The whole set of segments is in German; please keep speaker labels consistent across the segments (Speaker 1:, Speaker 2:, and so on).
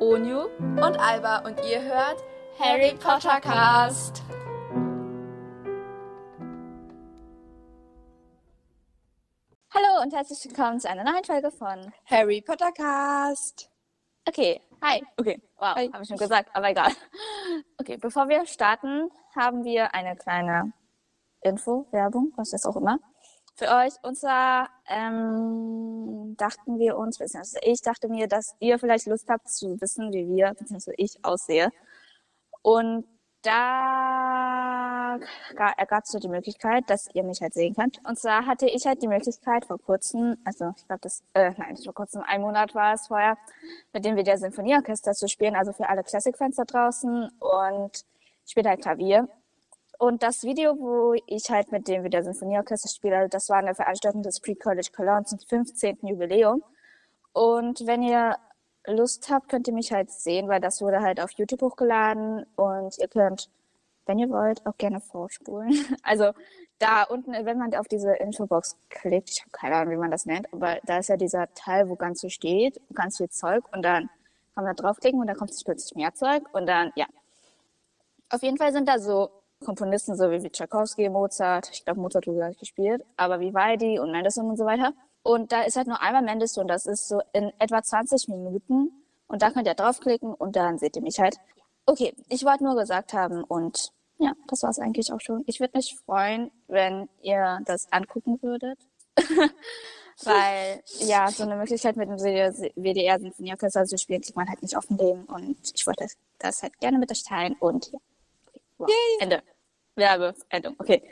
Speaker 1: Onyu und Alba und ihr hört Harry Potter Cast.
Speaker 2: Hallo und herzlich willkommen zu einer neuen Folge von.
Speaker 1: Harry Potter Cast.
Speaker 2: Okay, hi.
Speaker 1: Okay.
Speaker 2: Wow,
Speaker 1: Hi.
Speaker 2: habe ich schon gesagt, aber egal. Okay, bevor wir starten, haben wir eine kleine Info, Werbung, was das auch immer. Für euch, und zwar ähm, dachten wir uns, beziehungsweise ich dachte mir, dass ihr vielleicht Lust habt zu wissen, wie wir, beziehungsweise ich aussehe. Und da ga- ergab es so die Möglichkeit, dass ihr mich halt sehen könnt. Und zwar hatte ich halt die Möglichkeit vor kurzem, also ich glaube, das, äh, nein, nicht vor kurzem, ein Monat war es vorher, mit dem Video Sinfonieorchester zu spielen, also für alle Klassikfans da draußen und ich spiele halt Klavier. Und das Video, wo ich halt mit dem Video Sinfonieorchester spiele, also das war eine Veranstaltung des Pre-College Cologne zum 15. Jubiläum. Und wenn ihr Lust habt, könnt ihr mich halt sehen, weil das wurde halt auf YouTube hochgeladen und ihr könnt, wenn ihr wollt, auch gerne vorspulen. Also da unten, wenn man auf diese Infobox klickt, ich habe keine Ahnung, wie man das nennt, aber da ist ja dieser Teil, wo ganz viel steht, ganz viel Zeug und dann kann man da draufklicken und dann kommt plötzlich mehr Zeug und dann, ja. Auf jeden Fall sind da so Komponisten, so wie Tchaikovsky, Mozart, ich glaube, Mozart wurde gar nicht gespielt, aber Vivaldi und Mendelssohn und so weiter. Und da ist halt nur einmal Mendelssohn, das ist so in etwa 20 Minuten und da könnt ihr draufklicken und dann seht ihr mich halt. Okay, ich wollte nur gesagt haben und ja, das war's eigentlich auch schon. Ich würde mich freuen, wenn ihr das angucken würdet. Weil, ja, so eine Möglichkeit mit dem WDR-Sinfonieorchester zu spielen, kriegt man halt nicht offen leben. Und ich wollte das, das halt gerne mit euch teilen. Und ja. Wow. Ende. Werbeendung. Okay.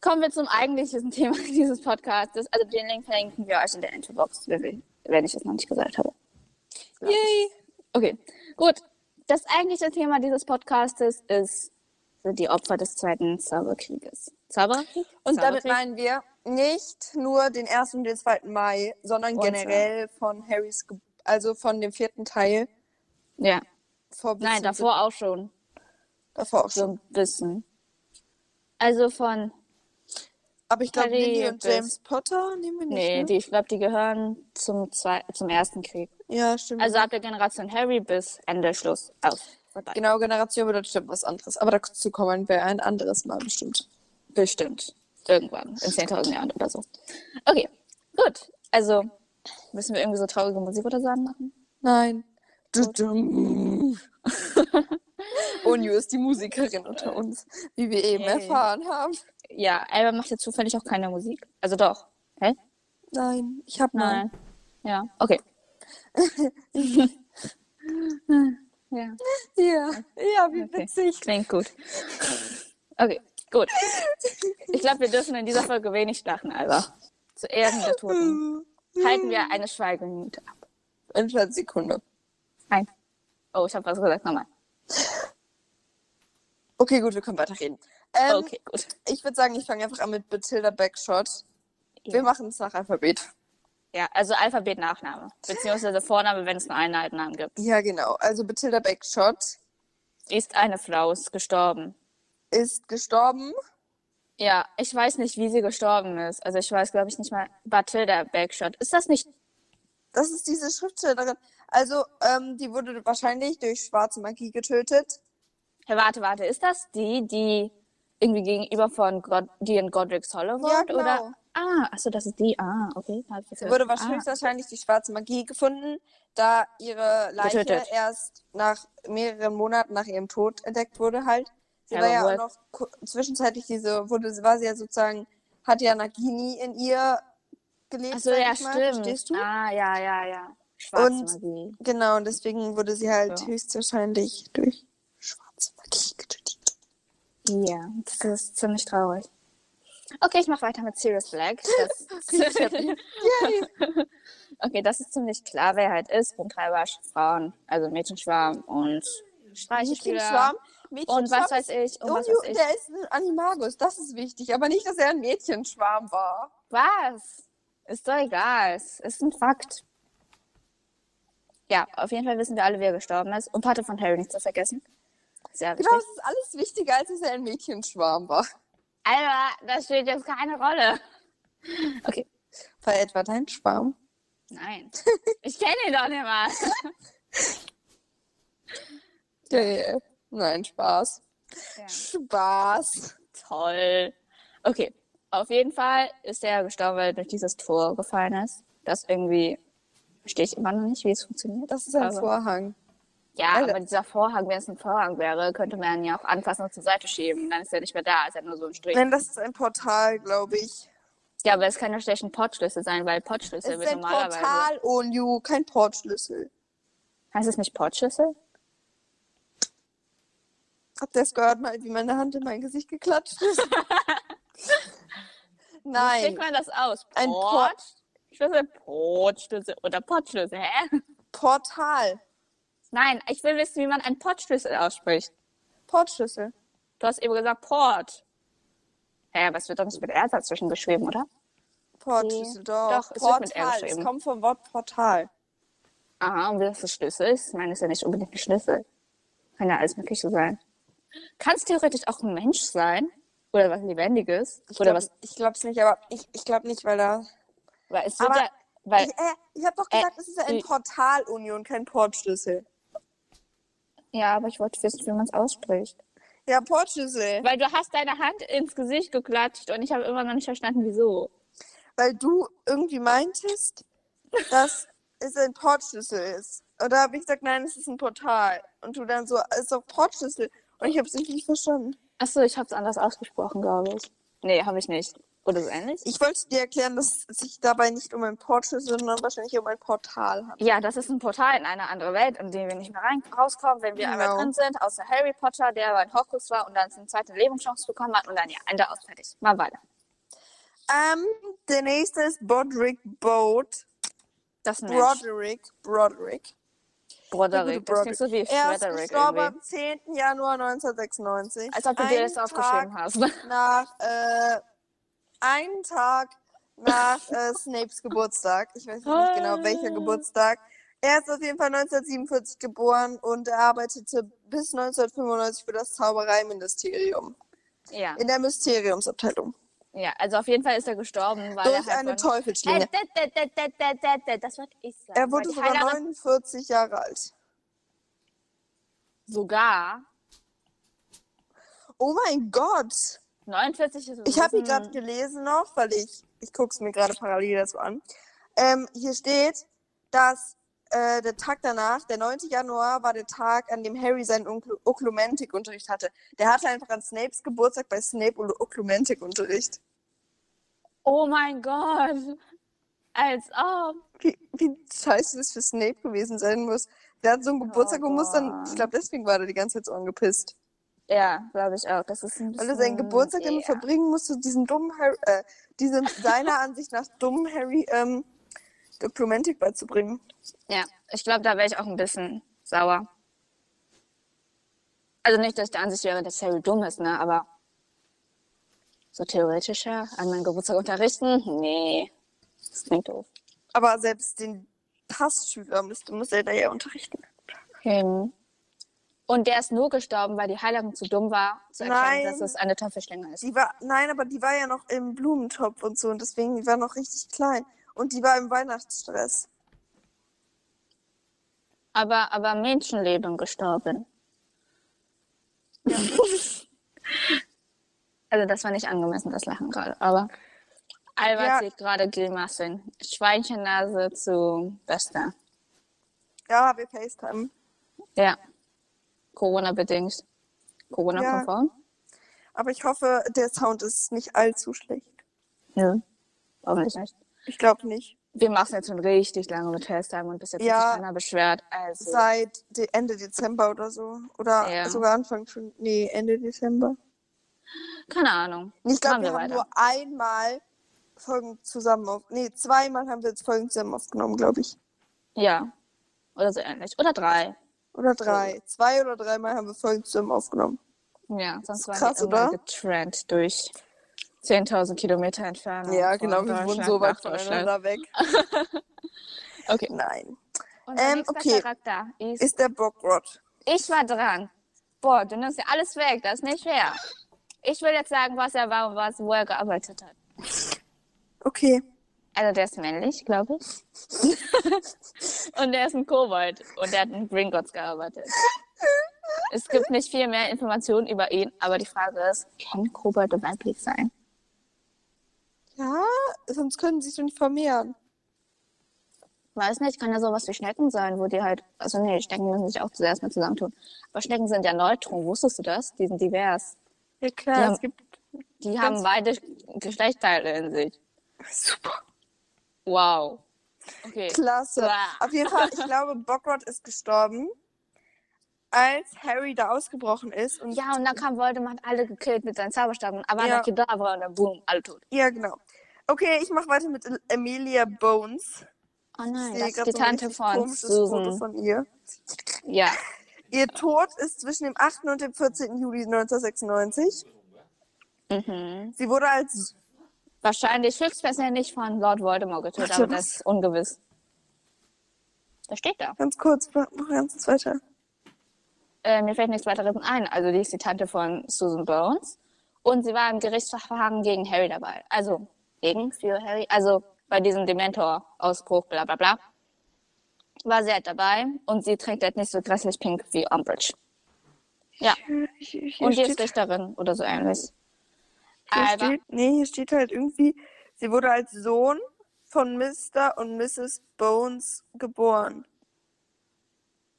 Speaker 2: Kommen wir zum eigentlichen Thema dieses Podcasts. Also den Link verlinken wir euch in der Infobox, wenn wir- wenn ich es noch nicht gesagt habe. Glaub ich.
Speaker 1: Yay.
Speaker 2: Okay, gut. Das eigentliche Thema dieses Podcastes ist sind die Opfer des Zweiten Zauberkrieges. Zauberkrieg?
Speaker 1: Und damit
Speaker 2: Zauberkrieg?
Speaker 1: meinen wir nicht nur den 1. und den 2. Mai, sondern
Speaker 2: Und so.
Speaker 1: generell von Harrys, Ge also von dem vierten Teil.
Speaker 2: Ja.
Speaker 1: Vor bis
Speaker 2: Nein,
Speaker 1: zum
Speaker 2: davor auch schon.
Speaker 1: siebten- davor auch
Speaker 2: So
Speaker 1: schon.
Speaker 2: ein bisschen. Also von,
Speaker 1: Aber ich glaube,
Speaker 2: Harry
Speaker 1: Lily und
Speaker 2: bis-
Speaker 1: James Potter nehmen wir nicht.
Speaker 2: nee,
Speaker 1: ne?
Speaker 2: die, ich glaube, die gehören zum, zwei, zum Ersten Krieg.
Speaker 1: Ja, stimmt.
Speaker 2: Also ab der Generation Harry bis Ende Schluss. Aus. Vorbei.
Speaker 1: Genau, Generation bedeutet bestimmt was anderes. Aber dazu kommen wir ein anderes Mal bestimmt.
Speaker 2: Bestimmt. Irgendwann. In 10.000 Jahren oder so. Okay, gut. Also, müssen wir irgendwie so traurige Musik oder so anmachen?
Speaker 1: Nein. Dudum. Onyu ist die Musikerin unter uns, wie wir eben
Speaker 2: Yay.
Speaker 1: erfahren haben.
Speaker 2: Ja, Alba macht ja zufällig auch keine Musik. Also doch. Hä?
Speaker 1: Nein, ich habe mal.
Speaker 2: Nein. Ja, okay. ja,
Speaker 1: Ja, ja, wie
Speaker 2: Okay.
Speaker 1: witzig.
Speaker 2: klingt gut. Okay, gut. Ich glaube, wir dürfen in dieser Folge wenig lachen, also. Zu Ehren der Toten halten wir eine Schweigeminute ab.
Speaker 1: Entweder Sekunde.
Speaker 2: Ein. Oh, ich habe was gesagt, nochmal.
Speaker 1: Okay, gut, wir können weiterreden. Ähm,
Speaker 2: Okay, gut.
Speaker 1: Ich würde sagen, ich fange einfach an mit Bathilda Backshot.
Speaker 2: Ja.
Speaker 1: Wir machen es nach Alphabet.
Speaker 2: Ja, also Alphabet, Nachname. Beziehungsweise Vorname, wenn es nur einen Nachnamen gibt.
Speaker 1: Ja, genau. Also Bathilda Backshot
Speaker 2: Ist eine Frau, ist gestorben.
Speaker 1: ist gestorben.
Speaker 2: Ja, ich weiß nicht, wie sie gestorben ist. Also ich weiß, glaube ich, nicht mal. Bathilda Backshot. Ist das nicht
Speaker 1: Das ist diese Schriftstellerin. Also, ähm, die wurde wahrscheinlich durch schwarze Magie getötet.
Speaker 2: Hey, warte, warte, ist das die, die irgendwie gegenüber von God die in Godric's Hollow wohnt?
Speaker 1: genau.
Speaker 2: Oder? Ah, achso, das ist die. Ah, okay. Hab ich
Speaker 1: Sie
Speaker 2: gehört.
Speaker 1: wurde wahrscheinlich, wahrscheinlich die schwarze Magie gefunden, da ihre Leiche
Speaker 2: Getötet.
Speaker 1: erst nach mehreren Monaten nach ihrem Tod entdeckt wurde halt. Sie
Speaker 2: Ja,
Speaker 1: war
Speaker 2: aber
Speaker 1: ja auch
Speaker 2: woher-
Speaker 1: noch ku- zwischenzeitlich diese, wurde, sie war sie ja sozusagen, hat ja Nagini in ihr
Speaker 2: Ah.
Speaker 1: gelebt.
Speaker 2: Achso,
Speaker 1: sag
Speaker 2: ja,
Speaker 1: ich mal.
Speaker 2: stimmt.
Speaker 1: Verstehst du?
Speaker 2: Ah, ja, ja, ja. Schwarze
Speaker 1: Und-
Speaker 2: Magie.
Speaker 1: Genau, und deswegen wurde sie halt
Speaker 2: Ja.
Speaker 1: höchstwahrscheinlich durch schwarze Magie getötet.
Speaker 2: Ja, das ist ziemlich traurig. Okay, ich mache weiter mit Sirius Black. Das okay, das ist ziemlich klar, wer er halt ist. Rumtreiber, Frauen, also Mädchenschwarm und Streichelspieler.
Speaker 1: Mädchenschwarm. Mädchenschwarm.
Speaker 2: Und was weiß ich, und was
Speaker 1: Junge,
Speaker 2: weiß ich.
Speaker 1: der ist ein Animagus, das ist wichtig, aber nicht, dass er ein Mädchenschwarm war.
Speaker 2: Was? Ist doch egal. Es ist ein Fakt. Ja, auf jeden Fall wissen wir alle, wer gestorben ist. Und Pate von Harry nicht zu vergessen. Sehr wichtig.
Speaker 1: Genau, es ist alles wichtiger, als dass er ein Mädchenschwarm war.
Speaker 2: Alter, das spielt jetzt keine Rolle. Okay.
Speaker 1: War etwa dein Schwarm?
Speaker 2: Nein. Ich kenne ihn doch nicht mal.
Speaker 1: Ja, ja, ja. Nein, Spaß.
Speaker 2: Ja.
Speaker 1: Spaß.
Speaker 2: Toll. Okay, auf jeden Fall ist er gestorben, weil er durch dieses Tor gefallen ist. Das irgendwie verstehe ich immer noch nicht, wie es funktioniert.
Speaker 1: Das ist ein
Speaker 2: Aber-
Speaker 1: Vorhang.
Speaker 2: Ja,
Speaker 1: Also-
Speaker 2: aber dieser Vorhang, wenn es ein Vorhang wäre, könnte man ihn ja auch anfassen und zur Seite schieben. Dann ist er nicht mehr da, ist ja nur so ein Strich.
Speaker 1: Nein, das ist ein Portal, glaube ich.
Speaker 2: Ja, aber es kann ja schlecht ein Portschlüssel sein, weil
Speaker 1: Es
Speaker 2: Portschlüssel
Speaker 1: ist
Speaker 2: wird
Speaker 1: ein
Speaker 2: normalerweise.
Speaker 1: Portal, Onju, kein Portschlüssel.
Speaker 2: Heißt es nicht Portschlüssel?
Speaker 1: Habt ihr es gehört, mal, wie meine Hand in mein Gesicht geklatscht ist?
Speaker 2: Wie
Speaker 1: Nein,
Speaker 2: spricht man das aus?
Speaker 1: Ein Port-
Speaker 2: Portschlüssel, Portschlüssel oder Portschlüssel, hä?
Speaker 1: Portal.
Speaker 2: Nein, ich will wissen, wie man einen Portschlüssel ausspricht.
Speaker 1: Portschlüssel.
Speaker 2: Du hast eben gesagt Port. Hä, aber es wird doch nicht mit R dazwischen geschrieben, oder?
Speaker 1: Portschlüssel, doch.
Speaker 2: Doch, es wird mit R
Speaker 1: Portal. Es
Speaker 2: geschrieben.
Speaker 1: kommt vom Wort Portal.
Speaker 2: Aha, und wie das ein Schlüssel ist? Ich meine, das ist ja nicht unbedingt ein Schlüssel. Kann ja alles Mögliche sein. Kann es theoretisch auch ein Mensch sein? Oder was Lebendiges?
Speaker 1: Ich
Speaker 2: oder
Speaker 1: glaub-
Speaker 2: was?
Speaker 1: Ich glaube es nicht, aber ich, ich glaube nicht, weil da.
Speaker 2: Weil es wird
Speaker 1: Aber-
Speaker 2: ja, weil,
Speaker 1: Ich, äh, ich habe doch
Speaker 2: Äh,
Speaker 1: gesagt, es ist ein
Speaker 2: die-
Speaker 1: Portal-Union, kein Portschlüssel.
Speaker 2: ja, aber ich wollte wissen, wie man es ausspricht.
Speaker 1: Ja, Portschlüssel.
Speaker 2: Weil du hast deine Hand ins Gesicht geklatscht und ich habe immer noch nicht verstanden, wieso.
Speaker 1: Weil du irgendwie meintest, dass es ein Portschlüssel ist. Oder habe ich gesagt, nein, es ist ein Portal. Und du dann so, es ist doch Portschlüssel. Und ich habe es nicht verstanden.
Speaker 2: Achso, ich habe es anders ausgesprochen, glaube ich. Nee, habe ich nicht. Oder so ähnlich?
Speaker 1: Ich wollte dir erklären, dass es sich dabei nicht um ein Portschlüssel, sondern wahrscheinlich um ein Portal handelt.
Speaker 2: Ja, das ist ein Portal in eine andere Welt, in dem wir nicht mehr rein rauskommen, wenn wir einmal
Speaker 1: Genau.
Speaker 2: drin sind, außer Harry Potter, der bei Hogwarts war und dann seine zweite Lebenschance bekommen hat und dann ja, Ende aus, fertig. Mal weiter.
Speaker 1: Ähm, der nächste ist Broderick Boat.
Speaker 2: Das ist ein Mensch.
Speaker 1: Broderick. Broderick. Der
Speaker 2: Broderick. Das
Speaker 1: gute
Speaker 2: klingt so wie
Speaker 1: Er ist
Speaker 2: Frederick
Speaker 1: gestorben
Speaker 2: irgendwie.
Speaker 1: am 10. Januar 1996.
Speaker 2: Als ob du dir
Speaker 1: Einen
Speaker 2: das aufgeschrieben
Speaker 1: Tag
Speaker 2: hast.
Speaker 1: Nach, äh, einen Tag nach äh, Snapes Geburtstag. Ich weiß nicht genau, welcher Geburtstag. Er ist auf jeden Fall 1947 geboren und er arbeitete bis 1995 für das Zaubereiministerium.
Speaker 2: ja.
Speaker 1: In der Mysteriumsabteilung.
Speaker 2: ja, also auf jeden Fall ist er gestorben, weil er
Speaker 1: Durch
Speaker 2: halt
Speaker 1: eine
Speaker 2: von... Äh,
Speaker 1: Teufelsschlinge.
Speaker 2: da, da, da, da, da, da, da, das wollte ich sagen.
Speaker 1: Er wurde
Speaker 2: Weil die
Speaker 1: sogar
Speaker 2: Heilerin-
Speaker 1: 49 Jahre alt.
Speaker 2: Sogar?
Speaker 1: Oh mein Gott!
Speaker 2: 49 ist...
Speaker 1: Ich habe ihn
Speaker 2: ein-
Speaker 1: gerade gelesen noch, weil ich, ich gucke es mir gerade parallel dazu an. Ähm, hier steht, dass äh, der Tag danach, der 9. Januar, war der Tag, an dem Harry seinen Onkl- Oklumentik-Unterricht hatte. Der hatte einfach an Snapes Geburtstag bei Snape Ol- Oklumentik-Unterricht.
Speaker 2: Oh mein Gott. Als ob.
Speaker 1: Wie, wie scheiße das für Snape gewesen sein muss. Der hat so einen Geburtstag und muss dann, ich glaube, deswegen war der die ganze Zeit so angepisst.
Speaker 2: Ja, glaube ich auch. Das ist ein
Speaker 1: Weil er seinen Geburtstag damit
Speaker 2: ja.
Speaker 1: verbringen musste, diesen dummen Harry, äh, diesem seiner Ansicht nach dummen Harry, ähm, Dokumentik beizubringen.
Speaker 2: ja, ich glaube, da wäre ich auch ein bisschen sauer. Also nicht, dass ich der Ansicht wäre, dass Harry dumm ist, ne? Aber so theoretisch ja, an meinem Geburtstag unterrichten? Nee. Das klingt doof.
Speaker 1: Aber selbst den Hassschüler müsste, muss er da ja unterrichten.
Speaker 2: Hm. Und der ist nur gestorben, weil die Heilerin zu dumm war, zu erkennen,
Speaker 1: Nein.
Speaker 2: dass es eine Teufelschlinge ist.
Speaker 1: Die war, nein, aber die war ja noch im Blumentopf und so und deswegen, die war noch richtig klein. Und die war im Weihnachtsstress.
Speaker 2: Aber, aber Menschenleben gestorben. also das war nicht angemessen, das Lachen gerade. Aber Albert
Speaker 1: Ja.
Speaker 2: sieht gerade Grimassen. Schweinchennase zu Bester.
Speaker 1: Ja, wir FaceTime.
Speaker 2: Ja. Corona-bedingt. Corona-konform?
Speaker 1: Aber ich hoffe, der Sound ist nicht allzu schlecht.
Speaker 2: Ja. Hoffentlich nicht.
Speaker 1: Ich glaube nicht.
Speaker 2: Wir machen jetzt schon richtig lange mit FaceTime und bis jetzt hat
Speaker 1: Ja.
Speaker 2: sich keiner beschwert. Also,
Speaker 1: Seit de Ende Dezember oder so. Oder
Speaker 2: Ja.
Speaker 1: sogar Anfang schon. Nee, Ende Dezember.
Speaker 2: keine Ahnung.
Speaker 1: Ich glaube,
Speaker 2: Machen
Speaker 1: wir haben
Speaker 2: weiter.
Speaker 1: nur einmal Folgen zusammen auf. Nee, zweimal haben wir jetzt Folgen zusammen aufgenommen, glaube ich.
Speaker 2: Ja. Oder so ähnlich. Oder drei.
Speaker 1: Oder drei. Zwei oder dreimal haben wir Folgen zusammen aufgenommen.
Speaker 2: Ja, sonst
Speaker 1: Ist
Speaker 2: waren
Speaker 1: krass,
Speaker 2: die immer
Speaker 1: oder?
Speaker 2: getrennt durch 10.000 Kilometer Entfernung. von
Speaker 1: genau,
Speaker 2: Deutschland nach Deutschland.
Speaker 1: weg.
Speaker 2: Okay.
Speaker 1: Nein.
Speaker 2: Und der
Speaker 1: Ähm,
Speaker 2: nächste
Speaker 1: okay.
Speaker 2: Charakter ist,
Speaker 1: Ist der Bockrod.
Speaker 2: Ich war dran. Boah, du nimmst ja alles weg, das ist nicht fair. Ich will jetzt sagen, was er war und was, wo er gearbeitet hat.
Speaker 1: Okay.
Speaker 2: Also der ist männlich, glaube ich. Und der ist ein Kobold. Und der hat in Gringotts gearbeitet. Es gibt nicht viel mehr Informationen über ihn, aber die Frage ist, können Kobolde weiblich sein?
Speaker 1: Ja, sonst können sie sich doch nicht vermehren.
Speaker 2: Weiß nicht, kann ja sowas wie Schnecken sein, wo die halt, also nee, Schnecken müssen sich auch zuerst mal zusammentun. Aber Schnecken sind ja neutrum, wusstest du das? Die sind divers.
Speaker 1: Ja
Speaker 2: Die
Speaker 1: klar,
Speaker 2: haben-
Speaker 1: es gibt
Speaker 2: Die haben beide Geschlechtsteile in sich.
Speaker 1: super
Speaker 2: Wow. Okay.
Speaker 1: klasse.
Speaker 2: Blah.
Speaker 1: Auf jeden Fall, ich glaube, Bogrod ist gestorben, als Harry da ausgebrochen ist. Und ja.
Speaker 2: Ja, und dann kam Voldemort alle gekillt mit seinen Zauberstabeln, aber
Speaker 1: Ja.
Speaker 2: ja. Kedavra und dann boom, alle tot.
Speaker 1: genau. Okay, ich mache weiter mit Amelia Bones.
Speaker 2: Oh
Speaker 1: Ich
Speaker 2: nein,
Speaker 1: sehe
Speaker 2: das ist
Speaker 1: gerade
Speaker 2: die
Speaker 1: so ein
Speaker 2: Tante
Speaker 1: richtig
Speaker 2: von
Speaker 1: komisches Foto
Speaker 2: Susan.
Speaker 1: von ihr.
Speaker 2: Ja.
Speaker 1: Ihr Tod ist zwischen dem 8. und dem 14. Juli 1996.
Speaker 2: Mhm.
Speaker 1: Sie wurde als
Speaker 2: Wahrscheinlich höchstpersönlich von Lord Voldemort getötet,
Speaker 1: Warte,
Speaker 2: aber das ist ungewiss. Das steht da.
Speaker 1: ganz kurz, mach mach ganz weiter.
Speaker 2: Äh, mir fällt nichts weiteres ein. Also die ist die Tante von Susan Bones und sie war im Gerichtsverfahren gegen Harry dabei. Also gegen, für Harry, also bei diesem Dementor-Ausbruch, bla bla bla. War sie halt dabei und sie trägt halt nicht so grässlich pink wie Umbridge. Ja,
Speaker 1: Hier, hier
Speaker 2: und die ist
Speaker 1: steht-
Speaker 2: Richterin oder so ähnlich.
Speaker 1: Hier
Speaker 2: Aber-
Speaker 1: steht, nee, hier steht halt irgendwie, sie wurde als Sohn von Mr. und Mrs. Bones geboren.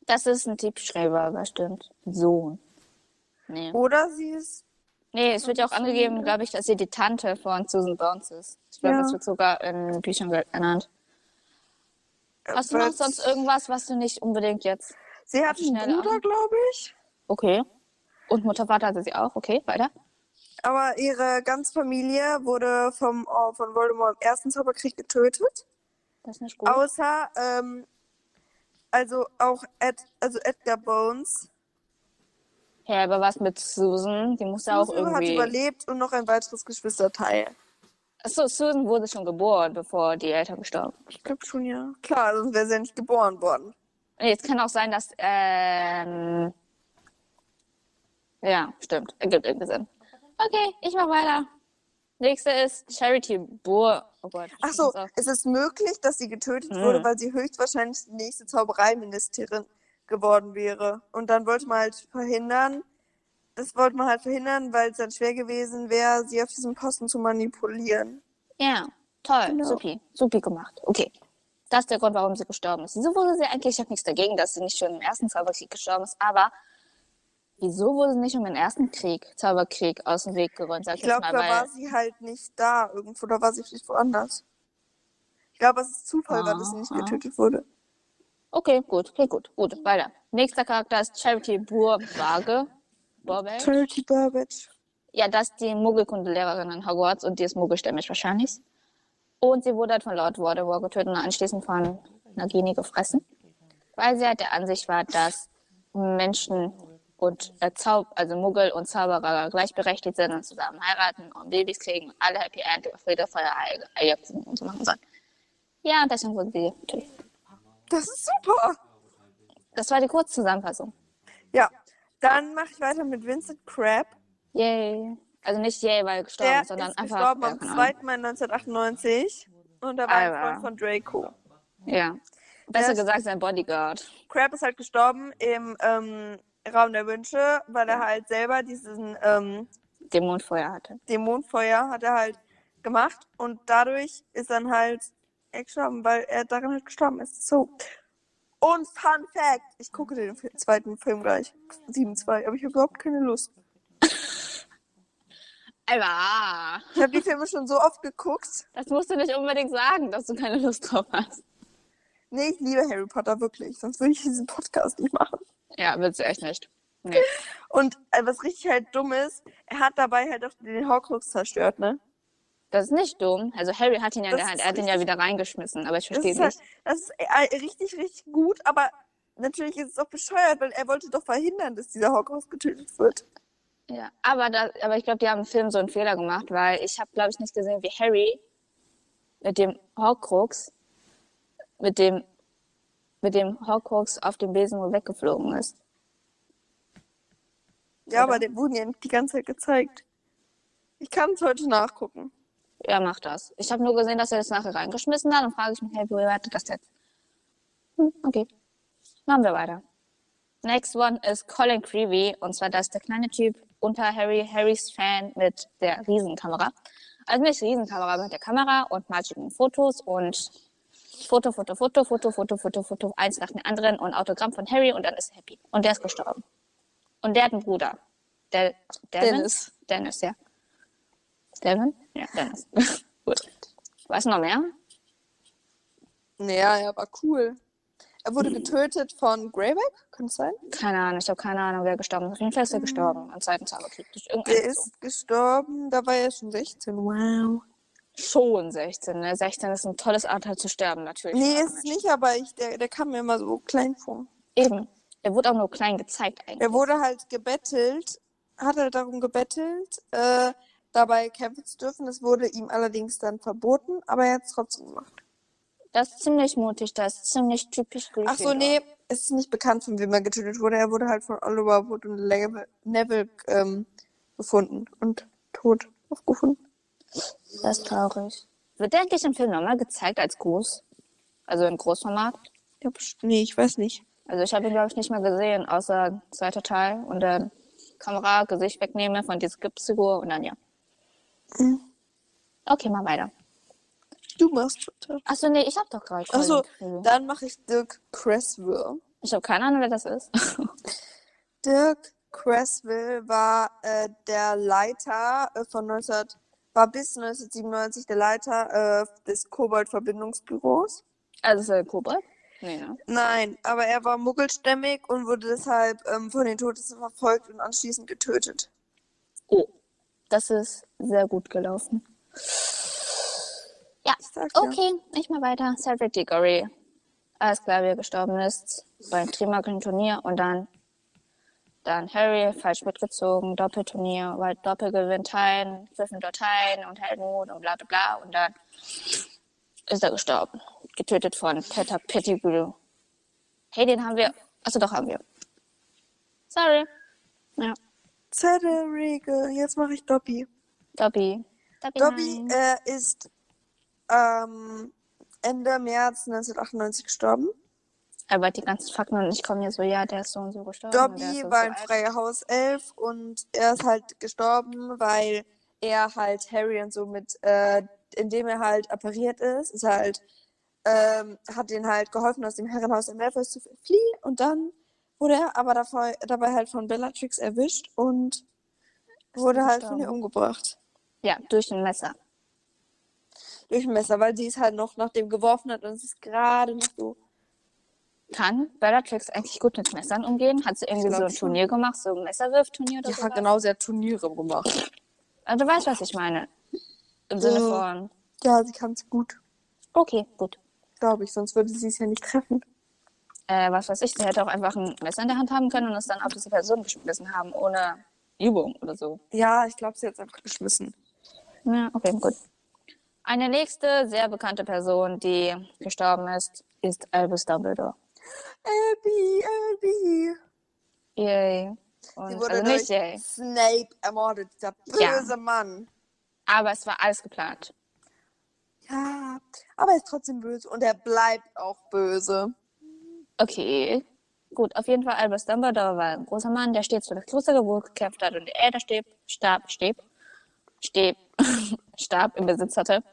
Speaker 2: Das ist ein Tippschreiber, das stimmt. Sohn. Nee.
Speaker 1: Oder sie ist,
Speaker 2: nee, es wird ja auch angegeben, glaube ich, dass sie die Tante von Susan Bones ist. Ich glaube,
Speaker 1: Ja.
Speaker 2: das wird sogar in Büchern genannt.
Speaker 1: äh,
Speaker 2: Hast du noch
Speaker 1: weil-
Speaker 2: sonst irgendwas, was du nicht unbedingt jetzt.
Speaker 1: sie hat einen
Speaker 2: Schnell
Speaker 1: Bruder,
Speaker 2: an?
Speaker 1: glaube ich.
Speaker 2: Okay. Und Mutter, Vater hatte sie auch. Okay, weiter.
Speaker 1: Aber ihre ganze Familie wurde vom, oh, von Voldemort im Ersten Zauberkrieg getötet.
Speaker 2: Das ist nicht
Speaker 1: Oh.
Speaker 2: gut.
Speaker 1: Außer, ähm, also auch Ed, also Edgar Bones.
Speaker 2: ja, aber was mit Susan? Die muss ja auch
Speaker 1: Susan hat
Speaker 2: irgendwie.
Speaker 1: überlebt und noch ein weiteres Geschwisterteil.
Speaker 2: Achso, Susan wurde schon geboren, bevor die Eltern gestorben.
Speaker 1: Ich glaube schon, ja. Klar, also sonst wäre sie ja nicht geboren worden.
Speaker 2: Nee, es kann auch sein, dass. Ähm, ja, stimmt. Ergibt irgendwie Sinn. Okay, ich mach weiter. Nächste ist Charity Bohr. Oh Gott.
Speaker 1: Ach so,
Speaker 2: ich muss auch-
Speaker 1: es ist möglich, dass sie getötet
Speaker 2: Mhm.
Speaker 1: wurde, weil sie höchstwahrscheinlich die nächste Zaubereiministerin geworden wäre. Und dann wollte man halt verhindern, das wollte man halt verhindern, weil es dann schwer gewesen wäre, sie auf diesem Posten zu manipulieren.
Speaker 2: Ja, toll.
Speaker 1: Genau.
Speaker 2: Supi. Supi gemacht. Okay. Das ist der Grund, warum sie gestorben ist. Wieso wurde sie eigentlich, ich habe nichts dagegen, dass sie nicht schon im ersten Zauberkrieg gestorben ist, aber wieso wurde sie nicht um den ersten Krieg, Zauberkrieg, aus dem Weg geräumt? Sag ich
Speaker 1: Ich glaube,
Speaker 2: jetzt
Speaker 1: da
Speaker 2: mal, weil,
Speaker 1: war sie halt nicht da irgendwo, da war sie vielleicht woanders. Ich glaube, es ist Zufall, war, dass sie nicht
Speaker 2: Aha.
Speaker 1: getötet wurde.
Speaker 2: Okay, gut, okay, gut, gut, weiter. Nächster Charakter ist Charity Burwage. Borbage.
Speaker 1: Charity Burbage.
Speaker 2: Ja, das ist die Muggelkundelehrerin in Hogwarts und die ist muggelstämmig wahrscheinlich. Und sie wurde halt von Lord Voldemort getötet und anschließend von Nagini gefressen, weil sie halt der Ansicht war, dass Menschen und äh, Zaub, also Muggel und Zauberer gleichberechtigt sind und zusammen heiraten und Babys kriegen und alle Happy End über Friede, Feuer, Eier, Eier und so machen sollen. Ja, und deswegen wurde sie getötet.
Speaker 1: Das ist super.
Speaker 2: Das war die Kurzzusammenfassung.
Speaker 1: Ja, dann mache ich weiter mit Vincent Crabbe.
Speaker 2: Yay. Also nicht yay, weil gestorben,
Speaker 1: Der ist
Speaker 2: sondern einfach.
Speaker 1: gestorben
Speaker 2: ja,
Speaker 1: am
Speaker 2: keine Ahnung.
Speaker 1: 2. Mai 1998 und er war ein
Speaker 2: Alter.
Speaker 1: Freund von Draco.
Speaker 2: Ja. Besser
Speaker 1: Der-
Speaker 2: gesagt, sein Bodyguard.
Speaker 1: Crab ist halt gestorben im ähm, Raum der Wünsche, weil er halt selber diesen ähm,
Speaker 2: Den Mondfeuer hatte.
Speaker 1: Dämonenfeuer hat er halt gemacht und dadurch ist dann halt er gestorben, weil er daran halt gestorben ist. So. Und Fun Fact, ich gucke den Fi- zweiten Film gleich, 7-2, aber ich habe überhaupt keine Lust.
Speaker 2: Alba.
Speaker 1: Ich habe die Filme schon so oft geguckt.
Speaker 2: Das musst du nicht unbedingt sagen, dass du keine Lust drauf hast.
Speaker 1: Nee, ich liebe Harry Potter wirklich, sonst würde ich diesen Podcast nicht machen.
Speaker 2: Ja, willst du echt nicht. Nee.
Speaker 1: Und äh, was richtig halt dumm ist, er hat dabei halt auch den Horcrux zerstört, ne?
Speaker 2: Das ist nicht dumm. Also Harry hat ihn ja
Speaker 1: Das
Speaker 2: gehalten.
Speaker 1: ist
Speaker 2: Er hat ihn ja wieder reingeschmissen, aber ich
Speaker 1: Das
Speaker 2: verstehe
Speaker 1: ist,
Speaker 2: nicht.
Speaker 1: halt, das ist äh, richtig, richtig gut, aber natürlich ist es auch bescheuert, weil er wollte doch verhindern, dass dieser Horcrux getötet wird.
Speaker 2: Ja, aber, da, aber ich glaube, die haben im Film so einen Fehler gemacht, weil ich habe, glaube ich, nicht gesehen, wie Harry mit dem Horcrux, mit dem, mit dem Horcrux auf dem Besen weggeflogen ist.
Speaker 1: Ja,
Speaker 2: Oder?
Speaker 1: aber dem wurden ja nicht die ganze Zeit gezeigt. Ich kann es heute nachgucken.
Speaker 2: Er macht das. Ich habe nur gesehen, dass er das nachher reingeschmissen hat und frage ich mich, hey, wie hat er das jetzt? Hm, okay. Machen wir weiter. Next one ist Colin Creevy, und zwar das ist der kleine Typ unter Harry, Harrys Fan mit der Riesenkamera. Also nicht Riesenkamera, mit der Kamera und magischen Fotos und Foto, Foto, Foto, Foto, Foto, Foto, Foto, eins nach dem anderen und Autogramm von Harry und dann ist er happy. Und der ist gestorben. Und der hat einen Bruder. Der, Devin?
Speaker 3: Dennis.
Speaker 2: Dennis, ja. Devin? Ja, Dennis. Gut. Weißt du noch mehr?
Speaker 1: Naja, er war cool. Er wurde getötet von Greyback, kann es sein?
Speaker 2: Keine Ahnung, ich habe keine Ahnung, wer gestorben ist. Auf jeden Fall ist er gestorben an Seiten Zauberkrieg. Durch
Speaker 1: Mhm. Der
Speaker 2: irgendeinen
Speaker 1: ist gestorben, da war er schon 16. Also. Wow.
Speaker 2: schon 16, ne? 16 ist ein tolles Alter zu sterben, natürlich.
Speaker 1: Nee,
Speaker 2: Aber
Speaker 1: ist nicht, aber ich, der, der kam mir immer so klein vor.
Speaker 2: Eben. Er wurde auch nur klein gezeigt eigentlich.
Speaker 1: Er wurde halt gebettelt, hat er darum gebettelt, äh, dabei kämpfen zu dürfen. Das wurde ihm allerdings dann verboten, aber er hat es trotzdem gemacht.
Speaker 2: Das ist ziemlich mutig, das ist ziemlich typisch Gryffindor.
Speaker 1: Ach so, nee, es ist nicht bekannt, von wem er getötet wurde. Er wurde halt von Oliver Wood und Le Neville ähm, gefunden und tot aufgefunden.
Speaker 2: Das ist traurig. Wird der eigentlich im Film nochmal gezeigt als groß? Also in Großformat?
Speaker 1: Ja, best- nee, ich weiß nicht.
Speaker 2: Also ich habe ihn, glaube ich, nicht mehr gesehen, außer zweiter Teil und dann Kamera, Gesicht wegnehme von dieser Gipsfigur und dann ja.
Speaker 1: Mhm.
Speaker 2: Okay, mal weiter.
Speaker 1: Du machst bitte.
Speaker 2: Achso, nee, ich habe doch gerade
Speaker 1: Ach so,
Speaker 2: vorhin-
Speaker 1: dann mache ich Dirk Cresswell.
Speaker 2: Ich habe keine Ahnung, wer das ist.
Speaker 1: Dirk Cresswell war äh, der Leiter äh, von 19, war bis 1997 der Leiter äh, des Kobold-Verbindungsbüros.
Speaker 2: Also ist er ein Kobold? Nee, ne?
Speaker 1: Nein, aber er war muggelstämmig und wurde deshalb ähm, von den Todesten verfolgt und anschließend getötet.
Speaker 2: Oh, das ist sehr gut gelaufen. Ja,
Speaker 1: Ich sag's ja.
Speaker 2: okay, ich mal weiter. Cedric Diggory. Alles klar, wie er gestorben ist. Beim Trimagischen Turnier und dann, dann Harry, falsch mitgezogen, Doppelturnier, weil Doppelgewinn Teilen, Gryffindor Teilen und Helmut und bla bla bla. Und dann ist er gestorben. Getötet von Peter Pettigrew. Hey, den haben wir. Achso, doch, haben wir. Sorry. Ja,
Speaker 1: Cedric, äh, jetzt mache ich Dobby.
Speaker 2: Dobby. Dobby,
Speaker 1: Dobby
Speaker 2: nein.
Speaker 1: äh, ist ähm, Ende März 1998 gestorben.
Speaker 2: Oh, Aber die ganzen Fakten und ich komme hier so, ja, der ist so und so gestorben. und der ist
Speaker 1: Dobby
Speaker 2: so und
Speaker 1: war
Speaker 2: so
Speaker 1: ein
Speaker 2: alt.
Speaker 1: freier Hauself und er ist halt gestorben, weil er halt Harry und so mit, äh, indem er halt appariert ist, ist halt, ähm, hat den halt geholfen, aus dem Herrenhaus der Malfoys zu fliehen und dann wurde er aber davor, dabei halt von Bellatrix erwischt und wurde halt von ihr
Speaker 2: gestorben.
Speaker 1: umgebracht.
Speaker 2: Ja, durch ein Messer.
Speaker 1: Durch ein Messer, weil sie es halt noch nach dem geworfen hat und es ist gerade noch so.
Speaker 2: Kann Bellatrix eigentlich gut mit Messern umgehen? Hat sie irgendwie
Speaker 1: Ich
Speaker 2: so
Speaker 1: glaub
Speaker 2: ein Turnier gemacht, so ein Messerwurfturnier oder so?
Speaker 1: genau, sie hat Turniere gemacht.
Speaker 2: Also, du weißt, was ich meine. Im Sinne
Speaker 1: Ja.
Speaker 2: von,
Speaker 1: Ja, sie kann es gut,
Speaker 2: okay, gut.
Speaker 1: glaube ich, sonst würde sie es ja nicht treffen.
Speaker 2: Äh, was weiß ich, sie hätte auch einfach ein Messer in der Hand haben können und es dann auf diese Person geschmissen haben, ohne Übung oder so.
Speaker 1: Ja, ich glaube, sie hat es einfach geschmissen.
Speaker 2: Ja, okay, gut. Eine nächste sehr bekannte Person, die gestorben ist, ist Albus Dumbledore.
Speaker 1: Abby, Abby.
Speaker 2: Yay. Und,
Speaker 1: Sie wurde
Speaker 2: also
Speaker 1: durch
Speaker 2: nicht yay.
Speaker 1: Snape ermordet, dieser böse
Speaker 2: Ja.
Speaker 1: Mann.
Speaker 2: Aber es war alles geplant.
Speaker 1: Ja, aber er ist trotzdem böse und er bleibt auch böse.
Speaker 2: Okay. Gut, auf jeden Fall Albus Dumbledore war ein großer Mann, der stets für das Klostergebot gekämpft hat und die Äder Stäb, Stab, Stäb, Stäb, Stab im Besitz hatte.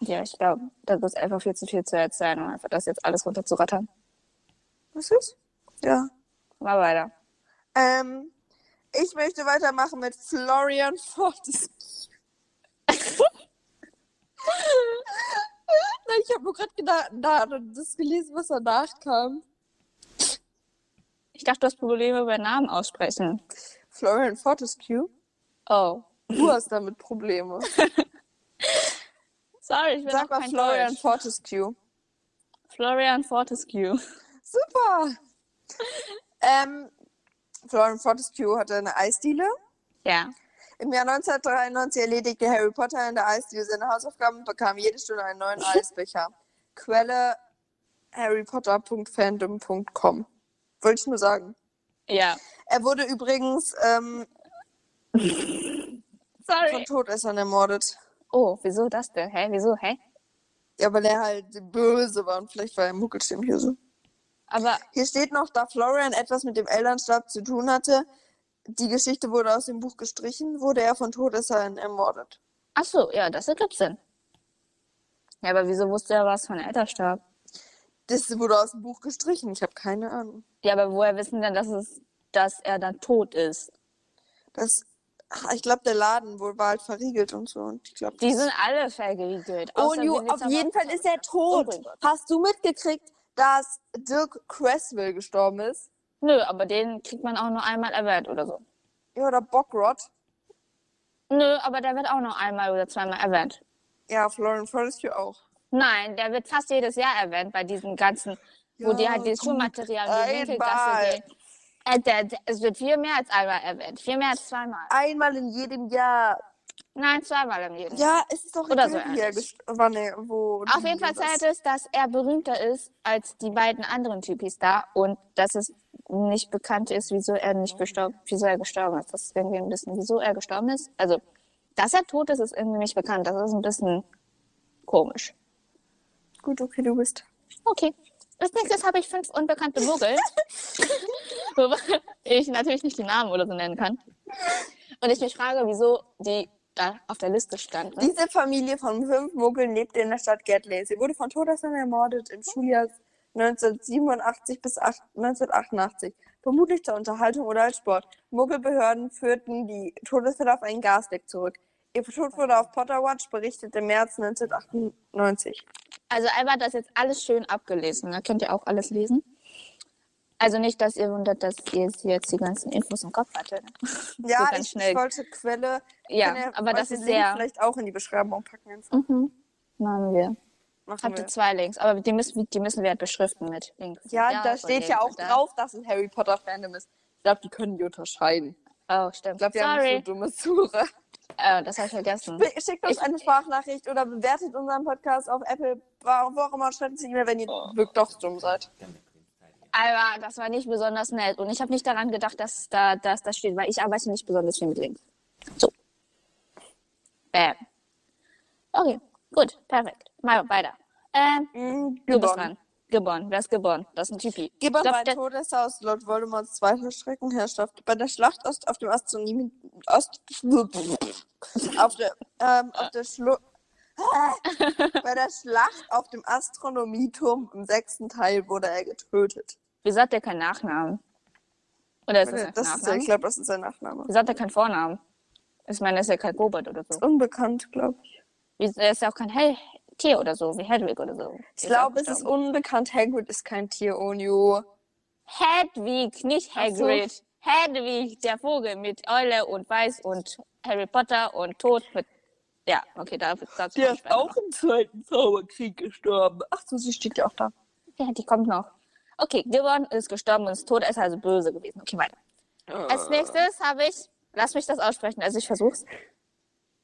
Speaker 2: Ja, ich glaube, das ist einfach viel zu viel zu erzählen, um einfach das jetzt alles runterzurattern.
Speaker 1: Was ist? Ja.
Speaker 2: Mal weiter.
Speaker 1: Ähm, ich möchte weitermachen mit Florian Fortes. Nein, ich habe nur gerade gedacht, da, das gelesen, was danach kam.
Speaker 2: Ich dachte, du hast Probleme bei Namen aussprechen.
Speaker 1: Florian Fortescue?
Speaker 2: Oh.
Speaker 1: Du hast damit Probleme.
Speaker 2: Sorry, ich bin
Speaker 1: Sag
Speaker 2: auch
Speaker 1: mal
Speaker 2: kein
Speaker 1: Florian
Speaker 2: Deutsch.
Speaker 1: Fortescue.
Speaker 2: Florian Fortescue.
Speaker 1: Super. Ähm, Florian Fortescue hatte eine Eisdiele.
Speaker 2: Ja.
Speaker 1: Im Jahr 1993 erledigte Harry Potter in der Eisdiele seine Hausaufgaben und bekam jede Stunde einen neuen Eisbecher. Quelle harrypotter.fandom.com. Wollte ich nur sagen.
Speaker 2: Ja.
Speaker 1: Er wurde übrigens ähm, von
Speaker 2: Sorry.
Speaker 1: Todessern ermordet.
Speaker 2: Oh, wieso das denn? Hä? Wieso? Hä?
Speaker 1: Ja, weil er halt böse war und vielleicht war er Muggelstimmböse.
Speaker 2: Aber
Speaker 1: Hier steht noch, da Florian etwas mit dem Elternstab zu tun hatte, die Geschichte wurde aus dem Buch gestrichen, wurde er von Todesherren ermordet.
Speaker 2: Ach so, ja, das ergibt Sinn. Ja, aber wieso wusste er was von Elternstab?
Speaker 1: Das wurde aus dem Buch gestrichen, ich habe keine Ahnung.
Speaker 2: Ja, aber woher wissen denn, dass es, dass er dann tot ist?
Speaker 1: Das, ach, ich glaube, der Laden wohl war halt verriegelt und so. Und ich glaube,
Speaker 2: Die sind alle verriegelt.
Speaker 1: Oh,
Speaker 2: außer
Speaker 1: Ju,
Speaker 2: Melissa
Speaker 1: auf jeden
Speaker 2: Barton.
Speaker 1: Fall ist er tot.
Speaker 2: Oh mein Gott.
Speaker 1: Hast du mitgekriegt, dass Dirk Creswell gestorben ist?
Speaker 2: Nö, aber den kriegt man auch nur einmal erwähnt oder so.
Speaker 1: Ja, oder Bockrod.
Speaker 2: Nö, aber der wird auch nur einmal oder zweimal erwähnt.
Speaker 1: Ja, Florian Fortescue auch.
Speaker 2: Nein, der wird fast jedes Jahr erwähnt bei diesen ganzen, wo
Speaker 1: Ja,
Speaker 2: die halt dieses
Speaker 1: gut.
Speaker 2: Schulmaterial in die
Speaker 1: Einmal.
Speaker 2: Winkelgasse gehen. Äh, der, der, es wird viel mehr als einmal erwähnt. Viel mehr als zweimal.
Speaker 1: Einmal in jedem Jahr.
Speaker 2: Nein, zweimal im Leben.
Speaker 1: Ja, es ist doch
Speaker 2: Oder
Speaker 1: egal,
Speaker 2: so
Speaker 1: wie er
Speaker 2: ähnlich.
Speaker 1: gest- wann er- wo.
Speaker 2: Auf jeden Fall
Speaker 1: das-
Speaker 2: zeigt es, dass er berühmter ist als die beiden anderen Typis da und dass es nicht bekannt ist, wieso er nicht gestorben, wieso er gestorben ist. Das ist irgendwie ein bisschen, wieso er gestorben ist. Also, dass er tot ist, ist irgendwie nicht bekannt. Das ist ein bisschen komisch.
Speaker 1: Gut, okay, du bist.
Speaker 2: Okay. Als nächstes habe ich fünf unbekannte Vogel. Wobei ich natürlich nicht die Namen oder so nennen kann. Und ich mich frage, wieso die da auf der Liste standen.
Speaker 1: Diese Familie von fünf Muggeln lebte in der Stadt Gatley. Sie wurde von Todesern ermordet im Schuljahr 1987 bis acht- 1988. Vermutlich zur Unterhaltung oder als Sport. Muggelbehörden führten die Todesfälle auf einen Gasleck zurück. Ihr Tod wurde auf Potter Watch berichtet im März 1998.
Speaker 2: Also Alba hat das jetzt alles schön abgelesen. Da könnt ihr auch alles lesen. Also nicht, dass ihr wundert, dass ihr jetzt die ganzen Infos im Kopf hattet. So
Speaker 1: Ja,
Speaker 2: ganz
Speaker 1: ich,
Speaker 2: schnell.
Speaker 1: ich wollte Quelle.
Speaker 2: Ja,
Speaker 1: kann ja
Speaker 2: aber das
Speaker 1: den
Speaker 2: ist
Speaker 1: Link
Speaker 2: sehr-
Speaker 1: Vielleicht auch in die Beschreibung packen. Einfach.
Speaker 2: Mhm. Machen wir.
Speaker 1: Machen
Speaker 2: Habt
Speaker 1: wir.
Speaker 2: ihr zwei Links, aber die müssen, die müssen wir halt beschriften mit Links.
Speaker 1: Ja, da steht ja auch
Speaker 2: da.
Speaker 1: drauf, dass es Harry Potter Fandom ist. Ich glaube, die können die unterscheiden.
Speaker 2: Oh, stimmt.
Speaker 1: Ich glaube, wir haben
Speaker 2: Sorry.
Speaker 1: nicht so dumme Zuhörer.
Speaker 2: Äh, das habe ich vergessen.
Speaker 1: Be- Schickt uns
Speaker 2: Ich-
Speaker 1: eine Sprachnachricht oder bewertet unseren Podcast auf Apple, warum auch immer, und schreibt uns eine E-Mail, wenn ihr
Speaker 2: Oh.
Speaker 1: wirklich doch dumm seid.
Speaker 2: Aber das war nicht besonders nett. Und ich habe nicht daran gedacht, dass da dass das steht, weil ich arbeite nicht besonders viel mit Links. So. Bam. Okay, gut, perfekt. Mal weiter. Ähm,
Speaker 1: Mhm,
Speaker 2: Du bist dran. Geboren. Wer ist geboren? Das ist ein Typi.
Speaker 1: Gibbon
Speaker 2: Glaub,
Speaker 1: war ein
Speaker 2: der-
Speaker 1: Todeshaus laut Voldemorts zweiter Schreckenherrschaft. Bei der Schlacht Ost auf dem Astronomie Ost auf der ähm, auf der Schlu bei der Schlacht auf dem Astronomieturm im sechsten Teil wurde er getötet.
Speaker 2: Wieso hat der keinen Nachnamen? Oder ist das ein
Speaker 1: Das ist, ja-
Speaker 2: Nachname?
Speaker 1: ich glaube, das ist sein Nachname.
Speaker 2: Wieso hat er keinen Vornamen? Ich meine, er ist ja kein Robert oder so.
Speaker 1: Unbekannt, glaube ich.
Speaker 2: Wieso- Er ist ja auch kein Hel Tier oder so, wie Hedwig oder so.
Speaker 1: Ich glaube, es ist unbekannt. Hagrid ist kein Tier, Onio.
Speaker 2: Hedwig, nicht
Speaker 1: Ach so.
Speaker 2: Hagrid. Hedwig, der Vogel mit Eule und Weiß und Harry Potter und Tod mit. Ja, okay, da dazu komme ich später noch.
Speaker 1: im Zweiten Zauberkrieg gestorben. Ach so, sie steht ja auch da.
Speaker 2: Ja, die kommt noch. Okay, Gibbon ist gestorben und ist tot, er ist also böse gewesen. Okay, weiter.
Speaker 1: Ah.
Speaker 2: Als nächstes habe ich, lass mich das aussprechen, also ich versuch's.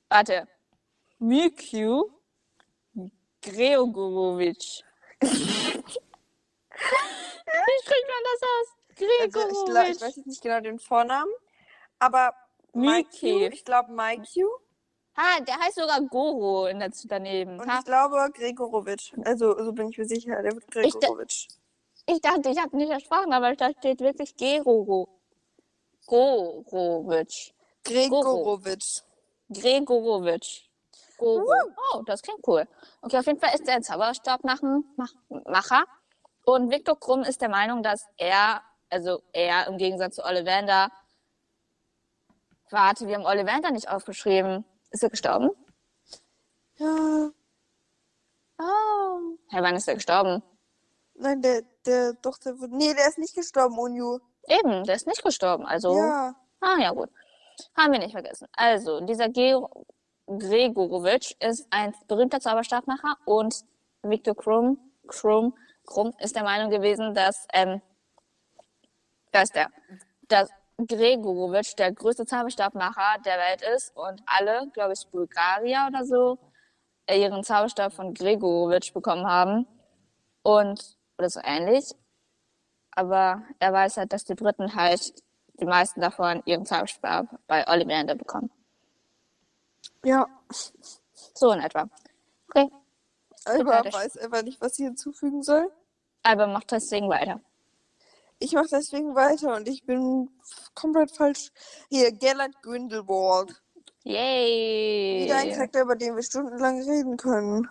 Speaker 2: Warte. Mikyu Gregorovic. Wie spricht man das aus?
Speaker 1: Also, ich, glaub, ich weiß
Speaker 2: Gregorovic.
Speaker 1: jetzt nicht genau den Vornamen, aber Mikey.
Speaker 2: Miki.
Speaker 1: Ich glaube, Mikey.
Speaker 2: Ah, der heißt sogar Goro in der, daneben.
Speaker 1: Und
Speaker 2: Ha,
Speaker 1: ich glaube, Gregorowitsch. Also, so bin ich mir sicher. Der wird
Speaker 2: Ich da-
Speaker 1: Gregorowitsch.
Speaker 2: ich dachte, ich habe nicht versprochen, aber da steht wirklich Geroro. Gorowitsch.
Speaker 1: Gregorowitsch.
Speaker 2: Gregorowitsch. Goro. Oh, das klingt cool. Okay, auf jeden Fall ist er ein Zauberstabmacher. Und Viktor Krumm ist der Meinung, dass er, also er im Gegensatz zu Ollivander, warte, wir haben Ollivander nicht aufgeschrieben. Ist er gestorben?
Speaker 1: Ja.
Speaker 2: Oh. Herr, wann ist er gestorben?
Speaker 1: Nein, der, der, doch, der wurde. Nee, der ist nicht gestorben, Onio.
Speaker 2: Eben, der ist nicht gestorben. Also,
Speaker 1: Ja.
Speaker 2: ah ja, gut. Haben wir nicht vergessen. Also, dieser Ge Gregorowitsch ist ein berühmter Zauberstabmacher und Victor Krumm, Krumm, Krumm ist der Meinung gewesen, dass, ähm, dass der, dass Gregorowitsch der größte Zauberstabmacher der Welt ist und alle, glaube ich, Bulgarier oder so, äh, ihren Zauberstab von Gregorowitsch bekommen haben und, oder so ähnlich. Aber er weiß halt, dass die Briten halt die meisten davon ihren Zauberstab bei Ollivander bekommen.
Speaker 1: Ja.
Speaker 2: So in etwa. Okay,
Speaker 1: Alba
Speaker 2: das-
Speaker 1: weiß einfach nicht, was sie hinzufügen soll.
Speaker 2: aber macht deswegen weiter.
Speaker 1: Ich mache deswegen weiter und ich bin komplett falsch. Hier, Gellert Grindelwald.
Speaker 2: Yay!
Speaker 1: Wieder ein Charakter, über den wir stundenlang reden können.